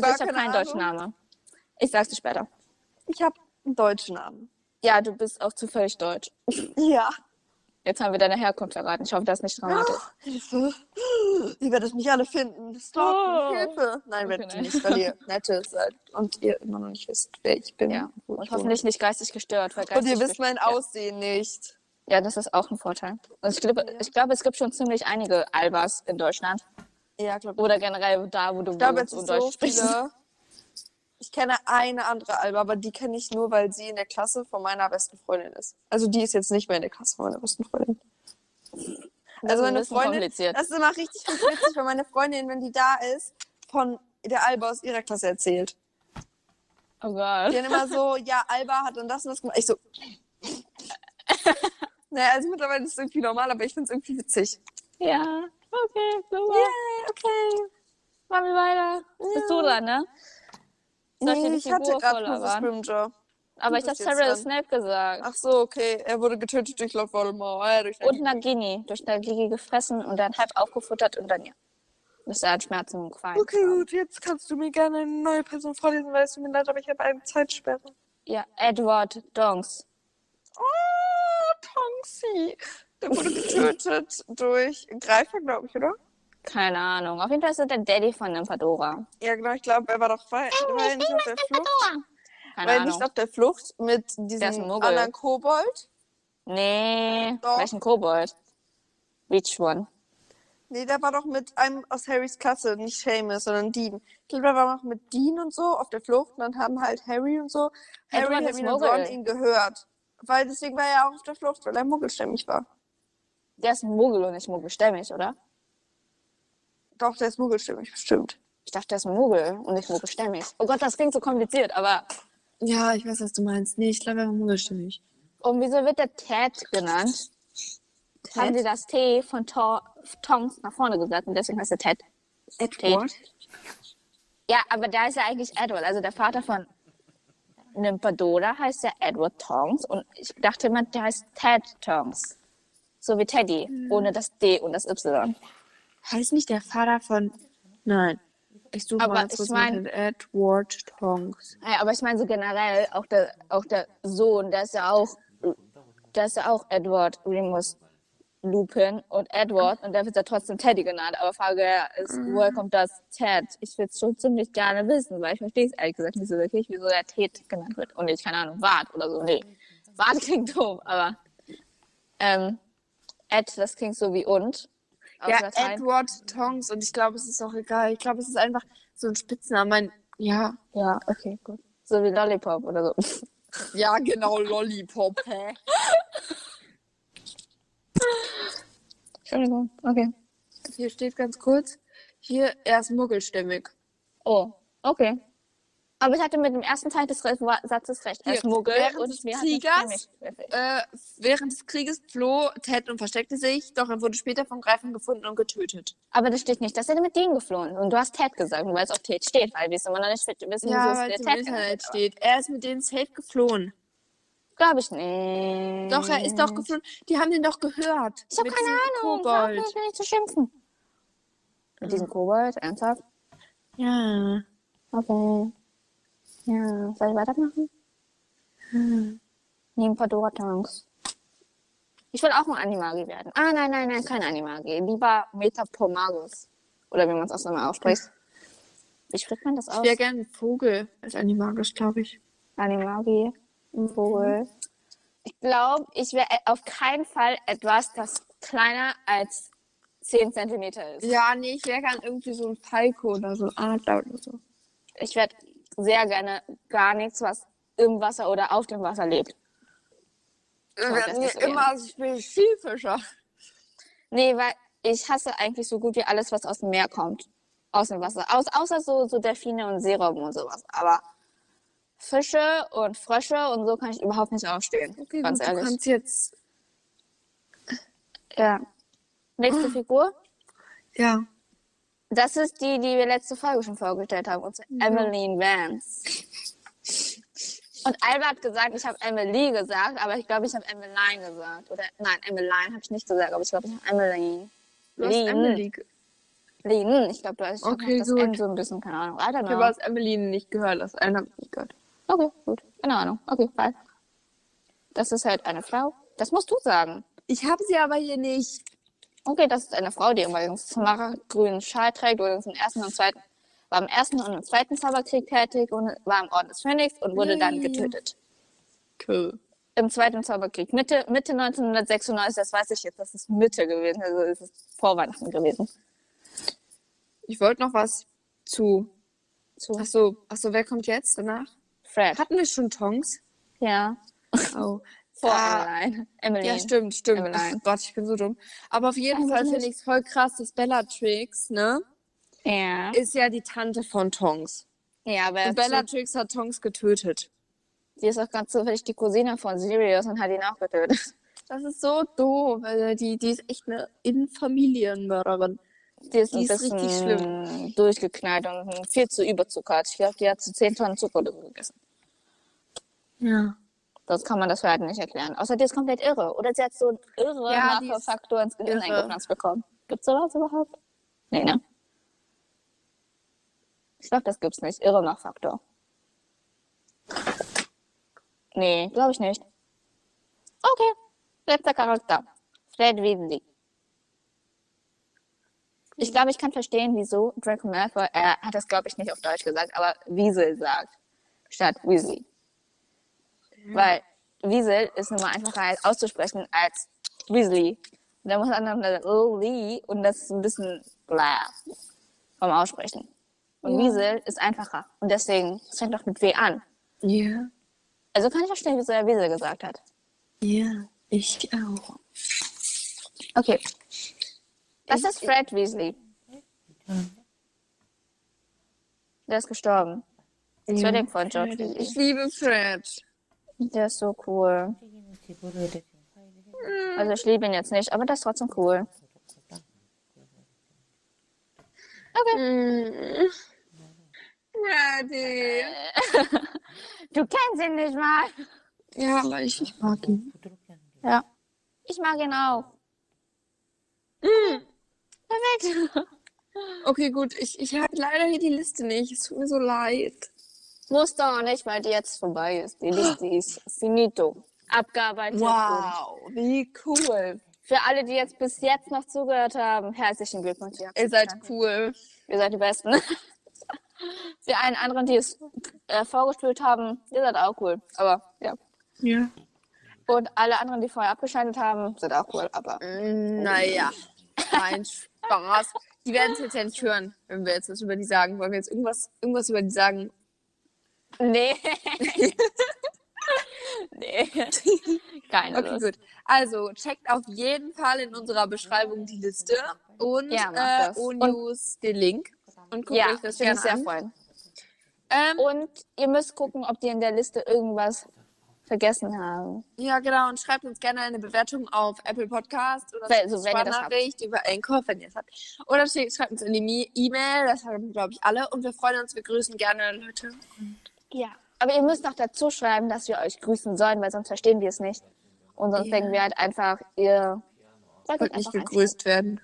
Speaker 1: gar
Speaker 2: ich habe
Speaker 1: keine
Speaker 2: keinen
Speaker 1: Ahnung.
Speaker 2: Deutschname. Ich sag's dir später.
Speaker 1: Ich habe einen deutschen Namen.
Speaker 2: Ja, du bist auch zufällig deutsch.
Speaker 1: Ja.
Speaker 2: Jetzt haben wir deine Herkunft verraten. Ich hoffe, das ist nicht dramatisch.
Speaker 1: Oh, Hilfe. Ihr werdet mich alle finden. Stop.
Speaker 2: Oh.
Speaker 1: Hilfe. Nein,
Speaker 2: Okay,
Speaker 1: werdet ihr
Speaker 2: nein.
Speaker 1: nicht, weil ihr nette seid und ihr immer noch nicht wisst, wer ich bin.
Speaker 2: Ja.
Speaker 1: wo
Speaker 2: Und
Speaker 1: ich wohne.
Speaker 2: hoffentlich nicht geistig gestört. Weil
Speaker 1: Und
Speaker 2: geistig
Speaker 1: ihr wisst mein
Speaker 2: gestört-
Speaker 1: Aussehen nicht.
Speaker 2: Ja, das ist auch ein Vorteil. Und ich glaube, ich glaube, es gibt schon ziemlich einige Albers in Deutschland.
Speaker 1: Ja, glaub ich.
Speaker 2: Oder generell da, wo du
Speaker 1: Ich glaube, jetzt
Speaker 2: wohnst und
Speaker 1: ist
Speaker 2: Deutsch
Speaker 1: so
Speaker 2: sprichst.
Speaker 1: viele. Ich kenne eine andere Alba, aber die kenne ich nur, weil sie in der Klasse von meiner besten Freundin ist. Also die ist jetzt nicht mehr in der Klasse von meiner besten Freundin.
Speaker 2: ist
Speaker 1: Also
Speaker 2: ein
Speaker 1: meine
Speaker 2: bisschen
Speaker 1: Freundin,
Speaker 2: kompliziert.
Speaker 1: das ist immer richtig witzig, wenn meine Freundin, wenn die da ist, von der Alba aus ihrer Klasse erzählt.
Speaker 2: Oh
Speaker 1: Die dann
Speaker 2: Gott.
Speaker 1: immer so, ja, Alba hat dann das und das gemacht. Ich so. Naja, also mittlerweile ist es irgendwie normal, aber ich finde es irgendwie witzig.
Speaker 2: Ja. Okay, super. okay. Machen wir weiter. Bist du dran, ne? Soll ich dir
Speaker 1: Nee,
Speaker 2: die
Speaker 1: ich hatte
Speaker 2: Figur
Speaker 1: gerade
Speaker 2: voller
Speaker 1: Professor
Speaker 2: waren?
Speaker 1: Scrimgeour. Du
Speaker 2: Aber ich habe
Speaker 1: bist jetzt
Speaker 2: Sarah
Speaker 1: dran.
Speaker 2: Snape gesagt.
Speaker 1: Ach so, okay. Er wurde getötet durch Lord Voldemort. Ja, durch
Speaker 2: Und Nagini. Durch Nagini gefressen und dann halb aufgefuttert und dann ja. Müsste an Schmerzen und Qualen.
Speaker 1: Okay,
Speaker 2: haben.
Speaker 1: gut. Jetzt kannst du mir gerne eine neue Person vorlesen, weil es tut mir leid, aber ich habe eine Zeitsperre.
Speaker 2: Ja, Edward Dongs.
Speaker 1: Oh, Tonsi. Der wurde getötet durch einen Greifer, glaube ich, oder?
Speaker 2: Keine Ahnung. Auf jeden Fall ist er der Daddy von Impadora.
Speaker 1: Ja, genau. Ich glaube, er war doch weil, weil nicht auf der Flucht.
Speaker 2: Keine
Speaker 1: Weil
Speaker 2: Ahnung.
Speaker 1: nicht auf der Flucht mit
Speaker 2: Der ist ein
Speaker 1: diesem
Speaker 2: Muggel.
Speaker 1: anderen Kobold.
Speaker 2: Nee,
Speaker 1: Doch.
Speaker 2: welchen Kobold? Which one?
Speaker 1: Nee, der war doch mit einem aus Harrys Klasse, nicht Seamus, sondern Dean. Ich glaube, der war noch mit Dean und so auf der Flucht und dann haben halt Harry und so, Harry,
Speaker 2: Edward ist
Speaker 1: Hermine und
Speaker 2: Muggel.
Speaker 1: Ron ihn gehört. Weil deswegen war er auch auf der Flucht, weil er muggelstämmig war.
Speaker 2: Der ist ein Muggel und nicht muggelstämmig, oder?
Speaker 1: Doch, der ist muggelstimmig, bestimmt.
Speaker 2: Ich dachte, der ist ein Muggel und nicht muggelstämmig. Oh Gott, das klingt so kompliziert, aber.
Speaker 1: Ja, ich weiß, was du meinst. Nee, ich glaube, er war muggelstimmig.
Speaker 2: Und um, wieso wird der Ted genannt? Haben sie das T von Tor, Tongs nach vorne gesagt und deswegen heißt er Ted.
Speaker 1: Edward?
Speaker 2: Ja, aber da ist ja eigentlich Edward, also der Vater von Nymphadoda heißt ja Edward Tongs und ich dachte immer, der heißt Ted Tongs. So wie Teddy, ohne das D und das Y.
Speaker 3: Heißt nicht der Vater von. Nein. Ich suche
Speaker 2: Aber
Speaker 3: mal ganz
Speaker 2: ich
Speaker 3: kurz
Speaker 2: mein-
Speaker 3: nach den Edward Tonks.
Speaker 2: Ja, aber ich meine so generell, auch der, auch der Sohn, der ist ja auch, der ist ja auch Edward Remus Lupin und Edward und der wird ja trotzdem Teddy genannt. Aber Frage ist, woher kommt das Ted? Ich würde es schon ziemlich gerne wissen, weil ich verstehe es ehrlich gesagt nicht so wirklich, wieso der Ted genannt wird. Und ich, keine Ahnung, Wart oder so. Nee, Wart klingt doof, aber ähm, Ed, das klingt so wie und. Aus
Speaker 3: Ja,
Speaker 2: Latein.
Speaker 3: Edward Tonks. Und ich glaube, es ist auch egal. Ich glaube, es ist einfach so ein Spitzname. Mein, ja.
Speaker 2: Ja, okay, gut. So wie Lollipop oder so.
Speaker 1: Ja, genau, Lollipop. hä?
Speaker 2: Entschuldigung, okay.
Speaker 3: Hier steht ganz kurz. Hier, er ist muggelstimmig.
Speaker 2: Oh, okay. Aber ich hatte mit dem ersten Teil des Re Satzes recht. Er ist
Speaker 3: Hier,
Speaker 2: Muggel
Speaker 3: während
Speaker 2: und
Speaker 3: des
Speaker 2: mir hat
Speaker 3: Kriegers-
Speaker 2: nicht stimmig.
Speaker 3: Äh, während des Krieges floh Ted und versteckte sich, doch er wurde später von Greifern gefunden und getötet.
Speaker 2: Aber das steht nicht, dass er mit denen geflohen ist. Und du hast Ted gesagt, weil es auf Ted steht, weil wir es immer noch nicht wissen,
Speaker 3: Ja,
Speaker 2: wieso
Speaker 3: weil
Speaker 2: es
Speaker 3: Also es
Speaker 2: der Ted
Speaker 3: im
Speaker 1: äh,
Speaker 2: genannt
Speaker 3: Internet
Speaker 2: wird.
Speaker 3: steht. Er ist mit denen safe geflohen.
Speaker 2: Glaube ich nicht.
Speaker 3: Doch, er ist
Speaker 1: Äh.
Speaker 3: doch geflohen. Die haben den doch gehört.
Speaker 2: Ich habe
Speaker 3: Mit
Speaker 2: keine
Speaker 3: diesem
Speaker 2: Ahnung. Kobold.
Speaker 3: Kobold. Hm.
Speaker 2: Ich nicht zu schimpfen. Mit diesem Kobold, ernsthaft?
Speaker 3: Ja.
Speaker 2: Okay. Ja, soll ich weitermachen? Hm. Neben Pandora Tanks. Ich will auch ein Animagi werden. Ah, nein, nein, nein, kein Animagi. Lieber Metapomagus. Oder wie man es auch nochmal ausspricht. Wie spricht man das
Speaker 1: Ich
Speaker 2: aus?
Speaker 1: wäre gerne ein Vogel als animagisch, glaube ich.
Speaker 2: Animagi. Ein Vogel. Ich glaube, ich wäre auf keinen Fall etwas, das kleiner als 10 Zentimeter ist.
Speaker 1: Ja, nee, ich wäre gerne irgendwie so ein Falco oder so ein Adler oder so.
Speaker 2: Ich werde sehr gerne gar nichts, was im Wasser oder auf dem Wasser lebt.
Speaker 1: Wir
Speaker 2: werden hier immer
Speaker 1: immer Spielfischer.
Speaker 2: Nee, weil ich hasse eigentlich so gut wie alles, was aus dem Meer kommt. Aus dem Wasser. Aus, außer so, so Delfine und Seerauben und sowas. Aber Fische und Frösche und so kann ich überhaupt nicht aufstehen.
Speaker 1: Okay,
Speaker 2: ganz
Speaker 1: gut, du
Speaker 2: ehrlich.
Speaker 1: kannst jetzt.
Speaker 2: Ja. Nächste Figur.
Speaker 1: Ah. Ja.
Speaker 2: Das ist die, die wir letzte Folge schon vorgestellt haben. Und zwar
Speaker 1: Mhm.
Speaker 2: Emmeline Vance. Und Albert hat gesagt, ich habe Emily gesagt, aber ich glaube, ich habe Emmeline gesagt. Oder nein, Emmeline habe ich nicht gesagt, aber ich glaube, ich habe Emmeline.
Speaker 1: Du hast
Speaker 2: Lin.
Speaker 1: Emily. ge-
Speaker 2: Lin, ich glaube, du hast ich hab
Speaker 1: Okay,
Speaker 2: noch das
Speaker 1: gut.
Speaker 2: N so ein bisschen, keine Ahnung. I don't
Speaker 1: Ich
Speaker 2: know.
Speaker 1: habe aus Emily nicht gehört, das eine habe ich nicht gehört.
Speaker 2: Okay, gut. Keine Ahnung. Okay, bye. Das ist halt eine Frau. Das musst du sagen.
Speaker 1: Ich habe sie aber hier nicht.
Speaker 2: Okay, das ist eine Frau, die übrigens einen smaragdgrünen Schal trägt, wurde im ersten und zweiten, war im ersten und im zweiten Zauberkrieg tätig und war im Orden des Phönix und wurde
Speaker 1: Ja,
Speaker 2: dann
Speaker 1: ja, ja.
Speaker 2: getötet.
Speaker 1: Cool.
Speaker 2: Im zweiten Zauberkrieg, Mitte, Mitte 1996, das weiß ich jetzt, das ist Mitte gewesen, also es ist vor Weihnachten gewesen.
Speaker 1: Ich wollte noch was zu.
Speaker 2: Zu
Speaker 1: Achso, achso, wer kommt jetzt danach?
Speaker 2: Fred.
Speaker 1: Hatten wir schon Tongs?
Speaker 2: Ja,
Speaker 1: Oh.
Speaker 2: vor
Speaker 1: Ah,
Speaker 2: Emmeline. Emmeline.
Speaker 1: Ja, stimmt, stimmt.
Speaker 2: Emmeline.
Speaker 1: Ach Gott, ich bin so dumm. Aber auf jeden
Speaker 2: Weiß
Speaker 1: Fall
Speaker 2: ich
Speaker 1: finde ich es voll krass, dass Bellatrix, ne?
Speaker 2: Ja.
Speaker 1: Ist ja die Tante von Tongs.
Speaker 2: ja, aber
Speaker 1: Und Bellatrix hat Tongs getötet.
Speaker 2: die ist auch ganz zufällig die Cousine von Sirius und hat ihn auch getötet.
Speaker 1: Das ist so doof. Also die, die ist echt eine Infamilienmörderin.
Speaker 2: Die ist,
Speaker 1: Die
Speaker 2: ein
Speaker 1: ist richtig
Speaker 2: bisschen durchgeknallt und viel zu überzuckert. Ich glaube, die hat zu 10 Tonnen Zucker oder so gegessen.
Speaker 1: Ja.
Speaker 2: Sonst kann man das halt nicht erklären. Außer die ist komplett irre. Oder sie hat so einen irre
Speaker 1: Ja, die ist
Speaker 2: Markerfaktor ins Gehirn
Speaker 1: irre.
Speaker 2: eingepflanzt bekommen. Gibt's sowas überhaupt? Nee, ne? Ich glaube, das gibt's nicht. Irre Markerfaktor. Nee, glaube ich nicht. Okay. Letzter Charakter. Fred Weasley. Ich glaube, ich kann verstehen, wieso Draco Malfoy, er hat das, glaube ich, nicht auf Deutsch gesagt, aber Wiesel sagt, statt Weasley. Weil Wiesel ist nun mal einfacher auszusprechen als Weasley. Und da muss man dann Lee und das ist ein bisschen bla vom Aussprechen. Und Wiesel ist einfacher. Und deswegen, es fängt doch mit W an.
Speaker 1: Ja.
Speaker 2: Also kann ich verstehen, wieso er Wiesel gesagt hat.
Speaker 1: Ja. Ich auch.
Speaker 2: Okay. Das ist Fred Weasley. Der ist gestorben. Zwilling von George
Speaker 1: Ich
Speaker 2: Weasley.
Speaker 1: liebe Fred.
Speaker 2: Der ist so cool. Also ich liebe ihn jetzt nicht, aber der ist trotzdem cool.
Speaker 1: Mm. Freddy.
Speaker 2: Du kennst ihn nicht mal.
Speaker 1: Ja, aber ich, ich mag ihn.
Speaker 2: Ja. Ich mag ihn auch. Perfekt.
Speaker 1: Okay, gut. Ich, ich habe leider hier die Liste nicht. Es tut mir so leid.
Speaker 2: Musst du auch nicht, weil die jetzt vorbei ist. Die Liste ist finito. Abgearbeitet.
Speaker 1: wie cool.
Speaker 2: Für alle, die jetzt bis jetzt noch zugehört haben, herzlichen Glückwunsch. Ihr, habt
Speaker 1: Ihr
Speaker 2: es
Speaker 1: seid
Speaker 2: verstanden.
Speaker 1: cool.
Speaker 2: Ihr seid die Besten. Für allen anderen, die es äh, vorgespielt haben, ihr seid auch cool. Aber ja.
Speaker 1: Ja.
Speaker 2: Und alle anderen, die vorher abgeschaltet haben, sind auch cool. Aber
Speaker 1: Naja, ein Spaß. Die werden es jetzt ja nicht hören, wenn wir jetzt was über die sagen. Wollen wir jetzt irgendwas, irgendwas über die sagen?
Speaker 2: nee. nee. Keine
Speaker 1: Okay,
Speaker 2: Lust.
Speaker 1: gut. Also, checkt auf jeden Fall in unserer Beschreibung die Liste und
Speaker 2: Ja, macht das.
Speaker 1: äh, O-News den Link. genau. Und guckt
Speaker 2: Ja,
Speaker 1: euch das
Speaker 2: würde
Speaker 1: gerne
Speaker 2: mich sehr
Speaker 1: an.
Speaker 2: freuen.
Speaker 1: Ähm,
Speaker 2: Und ihr müsst gucken, ob die in der Liste irgendwas vergessen haben.
Speaker 1: ja, genau. Und schreibt uns gerne eine Bewertung auf Apple Podcast oder
Speaker 2: Wenn- so, wenn ihr das habt.
Speaker 1: Sprachnachricht über Anchor, wenn ihr es habt. Oder schickt- schreibt uns in die Mi- E-Mail. Das haben, glaube ich, alle. Und wir freuen uns. Wir grüßen gerne Leute.
Speaker 2: Ja. Aber ihr müsst noch dazu schreiben, dass wir euch grüßen sollen, weil sonst verstehen wir es nicht. Und sonst denken wir halt einfach, ihr seid
Speaker 1: Und
Speaker 2: einfach
Speaker 1: nicht
Speaker 2: anstrengend.
Speaker 1: gegrüßt werden.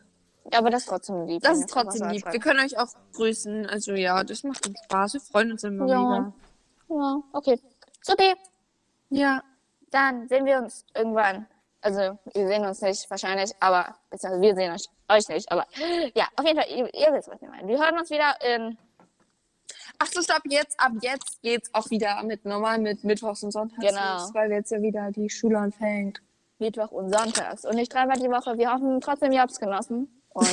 Speaker 2: Ja, aber das ist trotzdem lieb.
Speaker 1: Das
Speaker 2: wenn
Speaker 1: ist
Speaker 2: ihr sowas
Speaker 1: trotzdem lieb.
Speaker 2: schreibt.
Speaker 1: Wir können euch auch grüßen. Also ja, das macht uns Spaß. Wir freuen uns immer
Speaker 2: Ja.
Speaker 1: wieder.
Speaker 2: Ja, okay. Super.
Speaker 1: Ja.
Speaker 2: Dann sehen wir uns irgendwann. Also, wir sehen uns nicht wahrscheinlich, aber beziehungsweise wir sehen euch, euch nicht. Aber ja, auf jeden Fall, ihr, ihr wisst, was wir meinen. Wir hören uns wieder in.
Speaker 1: Ach so, stopp, jetzt, ab jetzt geht's auch wieder mit normal mit Mittwochs und Sonntags.
Speaker 2: Genau.
Speaker 1: los, Weil jetzt ja wieder die Schule anfängt.
Speaker 2: Mittwoch und Sonntags und nicht dreimal die Woche. Wir hoffen trotzdem, ihr habt's genossen. Und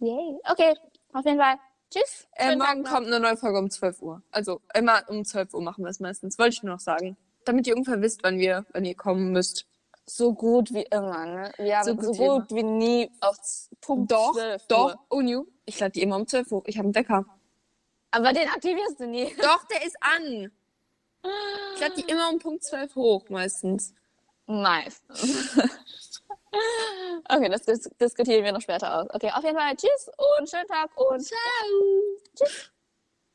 Speaker 2: yay. Okay, auf jeden Fall. Tschüss.
Speaker 1: Äh,
Speaker 2: Schönen Tag
Speaker 1: morgen
Speaker 2: noch.
Speaker 1: kommt eine neue Folge um 12 Uhr. Also immer um 12 Uhr machen wir es meistens. Wollte ich nur noch sagen. Damit ihr ungefähr wisst, wann wir, wann ihr kommen müsst.
Speaker 2: so gut wie immer, ne? Wir haben
Speaker 1: So
Speaker 2: so gut,
Speaker 1: gut wie
Speaker 2: wie nie auf z- Punkt
Speaker 1: Doch,
Speaker 2: 12
Speaker 1: doch,
Speaker 2: Um Uhr.
Speaker 1: oh new. Ich lade die immer um 12 Uhr. Ich habe einen Wecker.
Speaker 2: Aber den aktivierst du nie.
Speaker 1: Doch, der ist an. Ich lade die immer um Punkt 12 hoch meistens.
Speaker 2: Nice. okay, das dis diskutieren wir noch später aus. Okay, auf jeden Fall tschüss und schönen Tag und
Speaker 1: Ciao.
Speaker 2: tschüss.